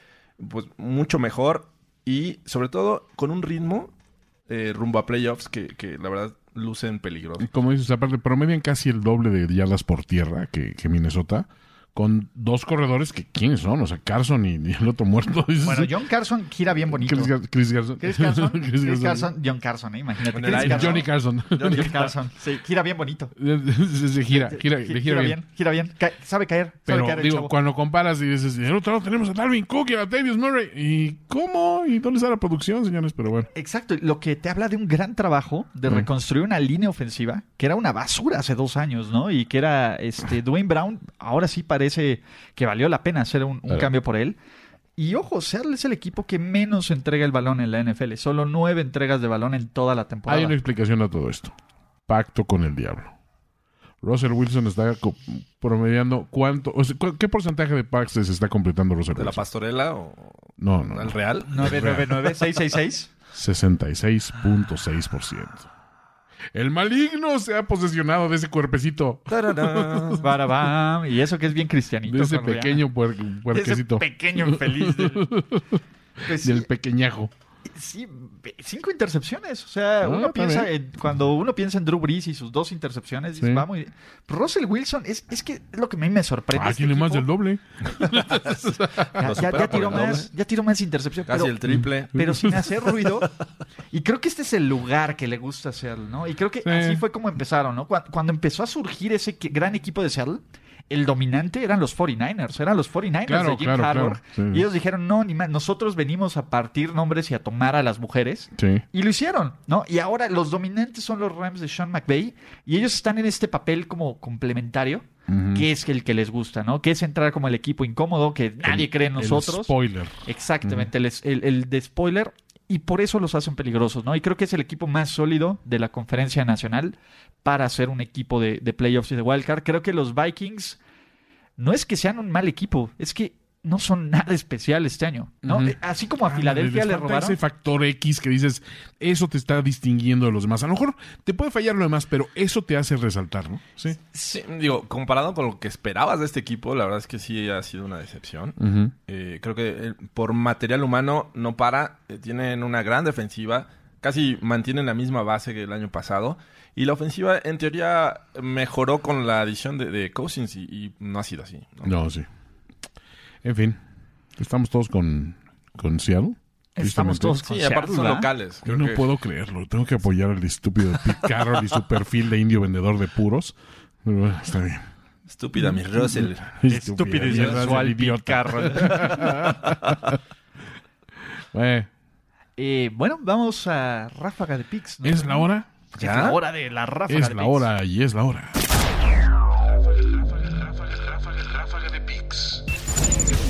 [SPEAKER 4] pues mucho mejor y sobre todo con un ritmo eh, rumbo a playoffs que, que la verdad lucen
[SPEAKER 2] Y
[SPEAKER 4] peligrosos.
[SPEAKER 2] como dices, aparte, promedian casi el doble de yardas por tierra que, que Minnesota, con dos corredores que quiénes son, o sea, Carson y, y el otro muerto. dices,
[SPEAKER 1] Bueno, John Carson gira bien bonito.
[SPEAKER 2] Chris, Gar- Chris Carson.
[SPEAKER 1] Chris Carson,
[SPEAKER 2] Chris
[SPEAKER 1] Chris
[SPEAKER 2] Carson.
[SPEAKER 1] Carson, John Carson, eh, imagínate.
[SPEAKER 4] Con el
[SPEAKER 1] Chris
[SPEAKER 4] aire,
[SPEAKER 1] Carson.
[SPEAKER 2] Johnny Carson.
[SPEAKER 1] John Carson, sí, gira bien bonito.
[SPEAKER 2] Se se gira, gira, le
[SPEAKER 1] Este, Gi-
[SPEAKER 2] gira, bien.
[SPEAKER 1] gira bien. Ca- sabe caer,
[SPEAKER 2] Pero
[SPEAKER 1] sabe caer el
[SPEAKER 2] digo,
[SPEAKER 1] chavo.
[SPEAKER 2] cuando comparas y dices, del otro lado tenemos a Dalvin Cook y a Davis Murray. ¿Y cómo? ¿Y dónde está la producción, señores? Pero bueno.
[SPEAKER 1] Exacto, lo que te habla de un gran trabajo de
[SPEAKER 2] Mm.
[SPEAKER 1] reconstruir una línea ofensiva que era una basura hace dos años, ¿no? Y que era este Dwayne Brown, ahora sí parece que valió la pena hacer un, un
[SPEAKER 2] Claro.
[SPEAKER 1] cambio por él. Y ojo, Seattle es el equipo que menos entrega el balón en la NFL, solo nueve entregas de balón en toda la temporada.
[SPEAKER 2] Hay una explicación a todo esto. Pacto con el diablo. Russell Wilson está co- promediando cuánto, o sea, cu- ¿qué porcentaje de packs se está completando Russell
[SPEAKER 4] ¿De la
[SPEAKER 2] Wilson?
[SPEAKER 4] pastorela o
[SPEAKER 2] No, no,
[SPEAKER 4] al
[SPEAKER 2] no.
[SPEAKER 4] real?
[SPEAKER 1] 9999666.
[SPEAKER 2] 66.6%. El maligno se ha posesionado de ese cuerpecito,
[SPEAKER 4] Tararán.
[SPEAKER 1] Barabam. Y eso que es bien cristianito.
[SPEAKER 2] de ese
[SPEAKER 1] con Rihanna.
[SPEAKER 2] pequeño puer-
[SPEAKER 1] De ese
[SPEAKER 2] puerquecito,
[SPEAKER 1] pequeño infeliz del- Pues,
[SPEAKER 2] del pequeñajo.
[SPEAKER 1] Sí, ve- cinco intercepciones. O sea,
[SPEAKER 2] Ah,
[SPEAKER 1] uno
[SPEAKER 2] está
[SPEAKER 1] piensa
[SPEAKER 2] bien.
[SPEAKER 1] en- cuando uno piensa en Drew Brees y sus dos intercepciones, dice,
[SPEAKER 2] Sí.
[SPEAKER 1] va muy bien. Pero Russell Wilson es, es que es lo que a mí me sorprende.
[SPEAKER 2] Ah,
[SPEAKER 1] este
[SPEAKER 2] tiene más
[SPEAKER 1] equipo.
[SPEAKER 2] del doble.
[SPEAKER 1] Ya,
[SPEAKER 4] Lo
[SPEAKER 1] ya-
[SPEAKER 4] supera
[SPEAKER 1] ya
[SPEAKER 4] por
[SPEAKER 1] tiró
[SPEAKER 4] el doble.
[SPEAKER 1] más, ya tiró más intercepciones.
[SPEAKER 4] Casi
[SPEAKER 1] pero,
[SPEAKER 4] el triple.
[SPEAKER 1] pero sin hacer ruido. Y creo que este es el lugar que le gusta a Seattle, ¿no? Y creo que
[SPEAKER 2] Sí.
[SPEAKER 1] así fue como empezaron, ¿no? Cuan- Cuando, empezó a surgir ese que- gran equipo de Seattle, el dominante eran los 49ers, eran los 49ers
[SPEAKER 2] Claro,
[SPEAKER 1] de Jim
[SPEAKER 2] claro,
[SPEAKER 1] Harbaugh.
[SPEAKER 2] claro, sí.
[SPEAKER 1] Y ellos dijeron, no, ni más, nosotros venimos a partir nombres y a tomar a las mujeres.
[SPEAKER 2] Sí.
[SPEAKER 1] Y lo hicieron, ¿no? Y ahora los dominantes son los Rams de Sean McVay y ellos están en este papel como complementario,
[SPEAKER 2] Ujú.
[SPEAKER 1] que es el que les gusta, ¿no? Que es entrar como el equipo incómodo, que nadie cree en
[SPEAKER 2] El
[SPEAKER 1] nosotros.
[SPEAKER 2] spoiler.
[SPEAKER 1] Exactamente, el es- el, el de spoiler. Y por eso los hacen peligrosos, ¿no? Y creo que es el equipo más sólido de la conferencia nacional para ser un equipo de, de playoffs y de wildcard. Creo que los Vikings no es que sean un mal equipo, es que no son nada especial este año, ¿no?
[SPEAKER 2] Ujú.
[SPEAKER 1] Eh, Así como a
[SPEAKER 2] Ah,
[SPEAKER 1] Filadelfia
[SPEAKER 2] les
[SPEAKER 1] le
[SPEAKER 2] falta
[SPEAKER 1] robaron.
[SPEAKER 2] ese factor X que dices, eso te está distinguiendo de los demás. A lo mejor te puede fallar lo demás, pero eso te hace resaltar, ¿no? Sí.
[SPEAKER 4] Sí, digo, comparado con lo que esperabas de este equipo, la verdad es que sí ha sido una decepción. Eh, creo que eh, por material humano no para. Eh, tienen una gran defensiva. Casi mantienen la misma base que el año pasado. Y la ofensiva, en teoría, mejoró con la adición de, de Cousins y, y no ha sido así. ¿no?
[SPEAKER 2] No, sí. En fin, estamos todos con, con Seattle.
[SPEAKER 1] Estamos
[SPEAKER 2] tristemente.
[SPEAKER 1] todos con
[SPEAKER 4] Sí, aparte
[SPEAKER 1] Seattle,
[SPEAKER 4] son
[SPEAKER 1] ¿verdad?
[SPEAKER 4] locales.
[SPEAKER 2] Yo
[SPEAKER 4] Creo
[SPEAKER 2] no
[SPEAKER 4] que-
[SPEAKER 2] puedo creerlo. Tengo que apoyar al estúpido de Pete Carroll y su perfil de indio vendedor de puros. Pero bueno, está bien.
[SPEAKER 4] Estúpida, mi Russell.
[SPEAKER 2] Mm. Estúpido
[SPEAKER 1] sensual Pete Carroll.
[SPEAKER 2] Eh,
[SPEAKER 1] Eh, bueno, vamos a ráfaga de picks. ¿no?
[SPEAKER 2] ¿Es la hora?
[SPEAKER 1] Es la hora de la ráfaga
[SPEAKER 2] Es
[SPEAKER 1] de
[SPEAKER 2] la
[SPEAKER 1] picks.
[SPEAKER 2] hora y es la hora.
[SPEAKER 3] Ráfaga de Pix.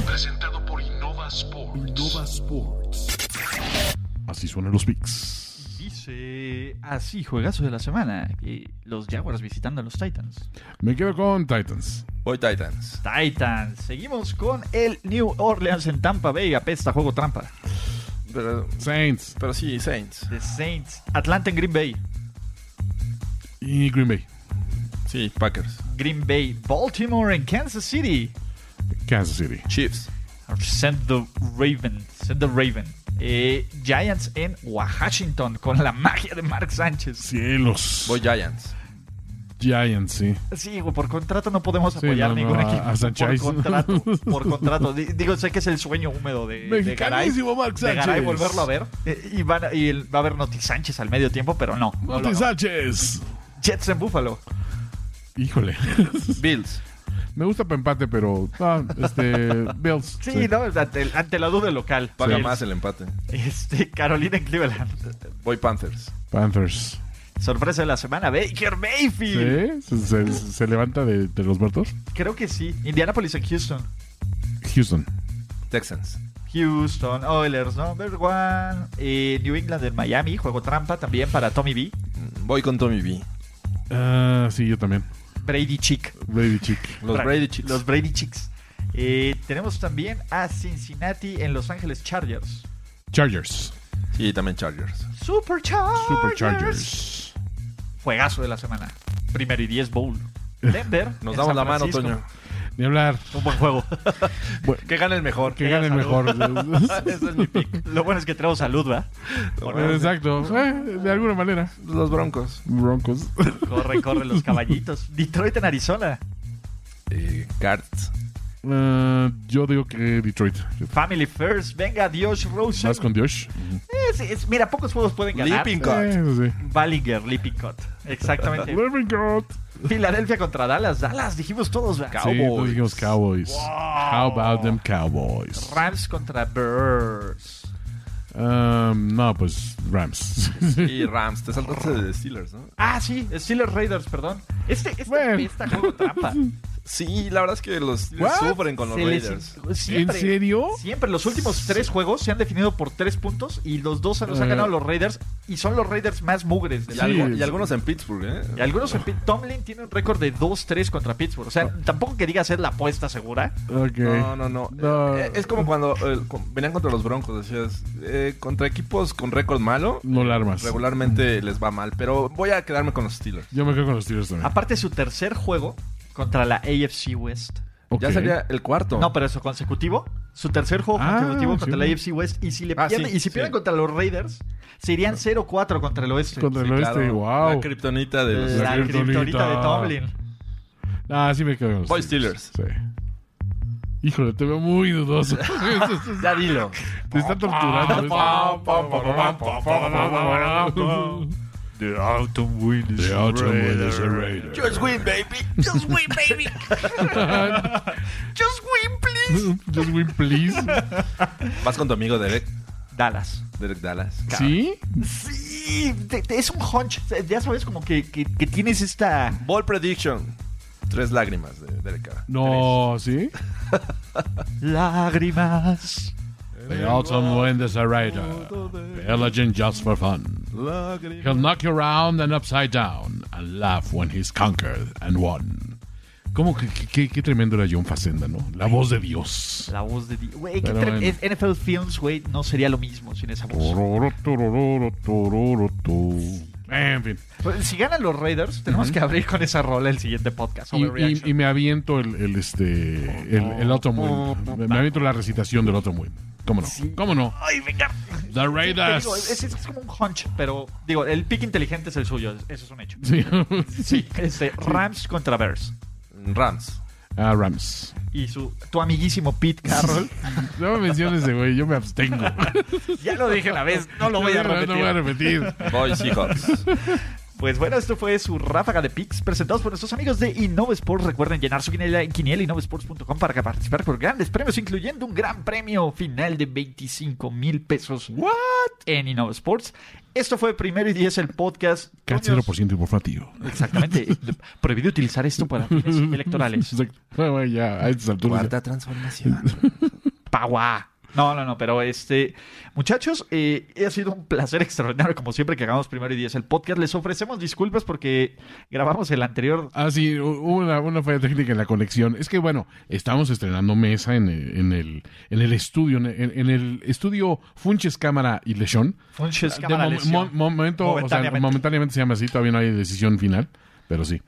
[SPEAKER 3] Presentado por Innova Sports. Innova Sports.
[SPEAKER 2] Así suenan los picks.
[SPEAKER 1] Dice así, juegazo de la semana. eh, los Jaguars visitando a los Titans.
[SPEAKER 2] Me quedo con Titans.
[SPEAKER 4] Voy Titans.
[SPEAKER 1] Titans. Seguimos con el New Orleans en Tampa Bay. Apesta, juego trampa.
[SPEAKER 4] Pero,
[SPEAKER 2] Saints
[SPEAKER 4] pero sí, Saints.
[SPEAKER 1] The Saints. Atlanta en Green Bay.
[SPEAKER 2] y Green Bay.
[SPEAKER 4] Sí, Packers.
[SPEAKER 1] Green Bay. Baltimore en Kansas City.
[SPEAKER 2] Kansas City.
[SPEAKER 4] Chiefs.
[SPEAKER 1] Send the Raven. Send the Raven. Eh, Giants en Washington con la magia de Mark Sánchez.
[SPEAKER 2] Cielos.
[SPEAKER 4] Voy Giants.
[SPEAKER 2] Giants, sí.
[SPEAKER 1] Sí, güey, por contrato no podemos
[SPEAKER 2] Sí,
[SPEAKER 1] apoyar
[SPEAKER 2] no, no,
[SPEAKER 1] ningún
[SPEAKER 2] a-
[SPEAKER 1] equipo.
[SPEAKER 2] a Sanchez.
[SPEAKER 1] Por contrato, por contrato. Di- Digo, sé que es el sueño húmedo de, de Garay.
[SPEAKER 2] Mexicanísimo Mark
[SPEAKER 1] De Garay
[SPEAKER 2] Sánchez.
[SPEAKER 1] volverlo a ver. Eh, Y, van, a- y el- va a haber Noti Sánchez al medio tiempo, pero no. no lo
[SPEAKER 2] Monty
[SPEAKER 1] hago.
[SPEAKER 2] Sánchez.
[SPEAKER 1] Jets en Búfalo.
[SPEAKER 2] Híjole.
[SPEAKER 4] Bills.
[SPEAKER 2] Me gusta para empate, pero. ah, este. Bills.
[SPEAKER 1] Sí, no, ante, ante la duda local.
[SPEAKER 4] Paga
[SPEAKER 1] Sí.
[SPEAKER 4] más el empate.
[SPEAKER 1] Este, Carolina en Cleveland.
[SPEAKER 4] Voy Panthers.
[SPEAKER 2] Panthers.
[SPEAKER 1] Sorpresa de la semana, Baker Mayfield.
[SPEAKER 2] ¿Sí? ¿Se, se- se levanta de, de los muertos?
[SPEAKER 1] Creo que sí. Indianapolis en Houston.
[SPEAKER 2] Houston.
[SPEAKER 4] Texans.
[SPEAKER 1] Houston, Oilers, number one. Eh, New England en Miami, juego trampa también para Tommy B.
[SPEAKER 4] Mm, Voy con Tommy B.
[SPEAKER 2] Ah, sí, yo también.
[SPEAKER 1] Brady Chick.
[SPEAKER 2] Brady Chick.
[SPEAKER 4] Los
[SPEAKER 1] Tra-
[SPEAKER 4] Brady Chicks.
[SPEAKER 1] Los Brady Chicks. Eh, tenemos también a Cincinnati en Los Ángeles Chargers.
[SPEAKER 2] Chargers.
[SPEAKER 4] Sí, también Chargers.
[SPEAKER 1] Super Chargers.
[SPEAKER 2] Superchargers.
[SPEAKER 1] Juegazo de la semana. Primero y 10 Bowl. Denver.
[SPEAKER 4] Nos
[SPEAKER 1] en
[SPEAKER 4] damos
[SPEAKER 1] San
[SPEAKER 4] la mano,
[SPEAKER 1] Francisco.
[SPEAKER 4] Toño.
[SPEAKER 2] Ni hablar.
[SPEAKER 1] Un buen juego.
[SPEAKER 4] Que gane el mejor.
[SPEAKER 2] Que gane el mejor.
[SPEAKER 4] Ese es mi pick.
[SPEAKER 1] Lo bueno es que tenemos salud, ¿va?
[SPEAKER 2] Exacto. Eh, de alguna manera.
[SPEAKER 4] Los Broncos.
[SPEAKER 2] Broncos.
[SPEAKER 1] Corre, corre los caballitos. Detroit en Arizona.
[SPEAKER 4] Eh, Cards.
[SPEAKER 2] Ah, yo digo que Detroit.
[SPEAKER 1] Family First. Venga, Dios Rosen.
[SPEAKER 2] Más con Dios.
[SPEAKER 1] Es- es- mira, pocos juegos pueden ganar.
[SPEAKER 4] Leaping
[SPEAKER 2] Eh,
[SPEAKER 4] Cards.
[SPEAKER 2] eso sí.
[SPEAKER 1] Ballinger, Lippincott. Exactamente.
[SPEAKER 2] Loving God.
[SPEAKER 1] Filadelfia contra Dallas. Dallas, dijimos todos. ¿verdad?
[SPEAKER 2] Sí, todos dijimos Cowboys. How about them Cowboys?
[SPEAKER 1] Rams contra Bears.
[SPEAKER 2] Um, no, pues Rams.
[SPEAKER 4] Y Rams. Te saltaste de Steelers, ¿no?
[SPEAKER 1] Ah, sí, Steelers Raiders, perdón. Este, este
[SPEAKER 2] Bueno.
[SPEAKER 1] pesta juego trampa.
[SPEAKER 4] Sí, la verdad es que los Steelers
[SPEAKER 2] What?
[SPEAKER 4] sufren con los
[SPEAKER 1] Se les-
[SPEAKER 4] Raiders.
[SPEAKER 1] siempre,
[SPEAKER 2] ¿En serio?
[SPEAKER 1] Siempre. Los últimos tres juegos se han definido por tres puntos y los dos se los han
[SPEAKER 2] Eh.
[SPEAKER 1] ganado los Raiders y son los Raiders más mugres de
[SPEAKER 4] Y,
[SPEAKER 1] la
[SPEAKER 4] algo-
[SPEAKER 2] Sí.
[SPEAKER 4] y algunos en Pittsburgh, ¿eh?
[SPEAKER 1] Y algunos en Pit- Tomlin tiene un récord de 2-3 contra Pittsburgh. O sea, tampoco que digas es la apuesta segura.
[SPEAKER 2] Ok.
[SPEAKER 4] No, no, no.
[SPEAKER 2] No.
[SPEAKER 4] Eh, es como cuando eh, con- venían contra los Broncos, decías, eh, contra equipos con récord malo,
[SPEAKER 2] No la armas.
[SPEAKER 4] Pues, regularmente les va mal, pero voy a quedarme con los Steelers.
[SPEAKER 2] Yo me quedo con los Steelers también.
[SPEAKER 4] Ah,
[SPEAKER 1] Aparte, su tercer juego contra la AFC West.
[SPEAKER 2] Ok.
[SPEAKER 4] Ya sería el cuarto.
[SPEAKER 1] No, pero eso consecutivo. Su tercer juego
[SPEAKER 2] Ah,
[SPEAKER 1] consecutivo
[SPEAKER 2] sí.
[SPEAKER 1] contra la AFC West. Y si le
[SPEAKER 4] Ah,
[SPEAKER 1] pierden,
[SPEAKER 4] sí,
[SPEAKER 1] y si
[SPEAKER 4] sí.
[SPEAKER 1] pierden contra los Raiders, serían 0-4 contra el oeste.
[SPEAKER 2] Contra el
[SPEAKER 4] Sí,
[SPEAKER 2] oeste,
[SPEAKER 4] claro,
[SPEAKER 2] wow.
[SPEAKER 4] La kriptonita de los
[SPEAKER 1] la
[SPEAKER 2] La kriptonita.
[SPEAKER 1] criptonita de Tomlin.
[SPEAKER 2] Ah, sí me quedo con los
[SPEAKER 4] Voy
[SPEAKER 2] Sí. Híjole, te veo muy dudoso.
[SPEAKER 1] Ya dilo.
[SPEAKER 2] te está ¿eh? torturando.
[SPEAKER 1] The Autumn Wind
[SPEAKER 2] The Autumn Wind is a Raider.
[SPEAKER 6] Just win, baby. Just win, baby. Just win, please.
[SPEAKER 2] Just win, please.
[SPEAKER 4] Vas con tu amigo Derek,
[SPEAKER 1] Dallas.
[SPEAKER 4] Derek Dallas.
[SPEAKER 2] ¿Sí?
[SPEAKER 1] Sí, te- te- es un hunch. Ya sabes, como que, que- que tienes esta.
[SPEAKER 4] Ball Prediction. Tres lágrimas de Derek. Carr.
[SPEAKER 2] No, ¿sí?
[SPEAKER 1] Lágrimas.
[SPEAKER 2] The autumn wind is a rider. Elegant just for fun. He'll knock you round and upside down and laugh when he's conquered and won. Como que, que- que- qué tremendo era John Facenda, ¿no? La voz de Dios.
[SPEAKER 1] La voz de. Di- Güey, qué
[SPEAKER 2] Pero
[SPEAKER 1] tre-
[SPEAKER 2] bueno.
[SPEAKER 1] es- NFL Films, güey, no sería lo mismo sin esa voz.
[SPEAKER 2] Tororo, tororo, tororo, to. En fin.
[SPEAKER 1] Pues, Si ganan los Raiders, tenemos que abrir con esa rola el siguiente podcast.
[SPEAKER 2] Y, y-
[SPEAKER 1] Overreaction.
[SPEAKER 2] y me aviento el, el, este, el, el Autumn Wind. Me- Me aviento la recitación del Autumn Wind. ¿Cómo no? ¿Cómo no?
[SPEAKER 1] Ay, venga.
[SPEAKER 2] The
[SPEAKER 1] Sí, te
[SPEAKER 2] Raiders.
[SPEAKER 1] digo, es, es- es como un hunch, pero digo, el pick inteligente es el suyo, es- eso es un hecho.
[SPEAKER 2] Sí.
[SPEAKER 1] Sí, este, Rams contra Bears.
[SPEAKER 4] Rams.
[SPEAKER 2] Ah, Rams.
[SPEAKER 1] Y su tu amiguísimo Pete Carroll.
[SPEAKER 2] No me menciones ese güey, yo me abstengo.
[SPEAKER 1] ya lo dije la vez, no lo voy a
[SPEAKER 2] No voy a
[SPEAKER 1] repetir.
[SPEAKER 2] repetir.
[SPEAKER 4] Voy Seahawks.
[SPEAKER 1] Pues bueno, esto fue su ráfaga de picks presentados por nuestros amigos de InnovaSports. Recuerden llenar su quiniela en quinielainnovasports.com para participar por grandes premios, incluyendo un gran premio final de 25 mil pesos en InnovaSports. Esto fue Primero y Diez, el podcast.
[SPEAKER 2] Cat
[SPEAKER 1] Toños,
[SPEAKER 2] 0% informativo.
[SPEAKER 1] Exactamente. Prohibido utilizar esto para fines electorales.
[SPEAKER 2] Exacto. Ah, güey, ya, a estas alturas. ya.
[SPEAKER 4] transformación.
[SPEAKER 1] Pagua. No, no, no, pero este, muchachos, eh, ha sido un placer extraordinario, como siempre que hagamos primero y diez el podcast. Les ofrecemos disculpas porque grabamos el anterior.
[SPEAKER 2] Ah, sí, hu- hubo una, una falla técnica en la conexión. Es que, bueno, estamos estrenando mesa en el, en el, en el estudio, en, en- en el estudio Funches Cámara y Lesión.
[SPEAKER 1] Fue un chess
[SPEAKER 2] De
[SPEAKER 1] cámara
[SPEAKER 2] mo-
[SPEAKER 1] lesión.
[SPEAKER 2] mo- momento, o sea,
[SPEAKER 1] Momentáneamente.
[SPEAKER 2] momentáneamente se llama así, todavía no hay decisión final, pero sí.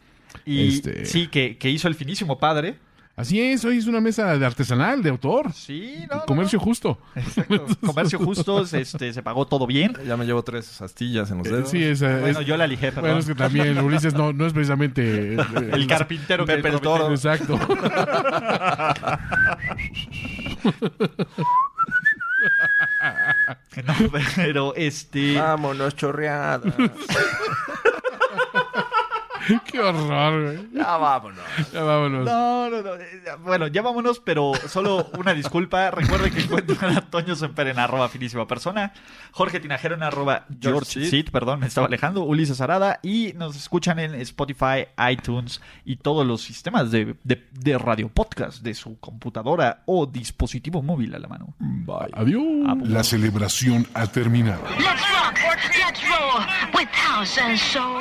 [SPEAKER 1] Y
[SPEAKER 2] Este-
[SPEAKER 1] sí, que, que hizo el finísimo padre.
[SPEAKER 2] Así es, hoy es una mesa de artesanal, de autor.
[SPEAKER 1] Sí, no, no, no.
[SPEAKER 2] Comercio justo.
[SPEAKER 1] Exacto. Comercio justos, este, se pagó todo bien.
[SPEAKER 4] Ya me llevo tres astillas en los dedos.
[SPEAKER 2] Sí, es, eh,
[SPEAKER 1] Bueno,
[SPEAKER 2] es-
[SPEAKER 1] yo la alijé, perdón.
[SPEAKER 2] bueno, es que también Ulises no, no es precisamente... eh,
[SPEAKER 1] El carpintero que
[SPEAKER 4] Pepe el
[SPEAKER 1] prometió.
[SPEAKER 4] Toro.
[SPEAKER 2] Exacto.
[SPEAKER 1] No, pero este.
[SPEAKER 4] Vámonos, chorreada.
[SPEAKER 2] Qué horror, güey.
[SPEAKER 4] ya vámonos.
[SPEAKER 2] Ya vámonos.
[SPEAKER 1] No, no, no. eh, Bueno, ya vámonos, pero solo una disculpa. Recuerden que encuentran a Toño Semper en arroba finísima persona, Jorge Tinajero en arroba George
[SPEAKER 4] George Seed.
[SPEAKER 1] Seed, perdón, me estaba alejando, Ulises Arada, y nos escuchan en Spotify, iTunes y todos los sistemas de, de, de radio podcast de su computadora o dispositivo móvil a la mano.
[SPEAKER 2] Adiós.
[SPEAKER 1] Ah,
[SPEAKER 3] La celebración ha terminado.
[SPEAKER 7] Let's rock, let's roll with house and soul.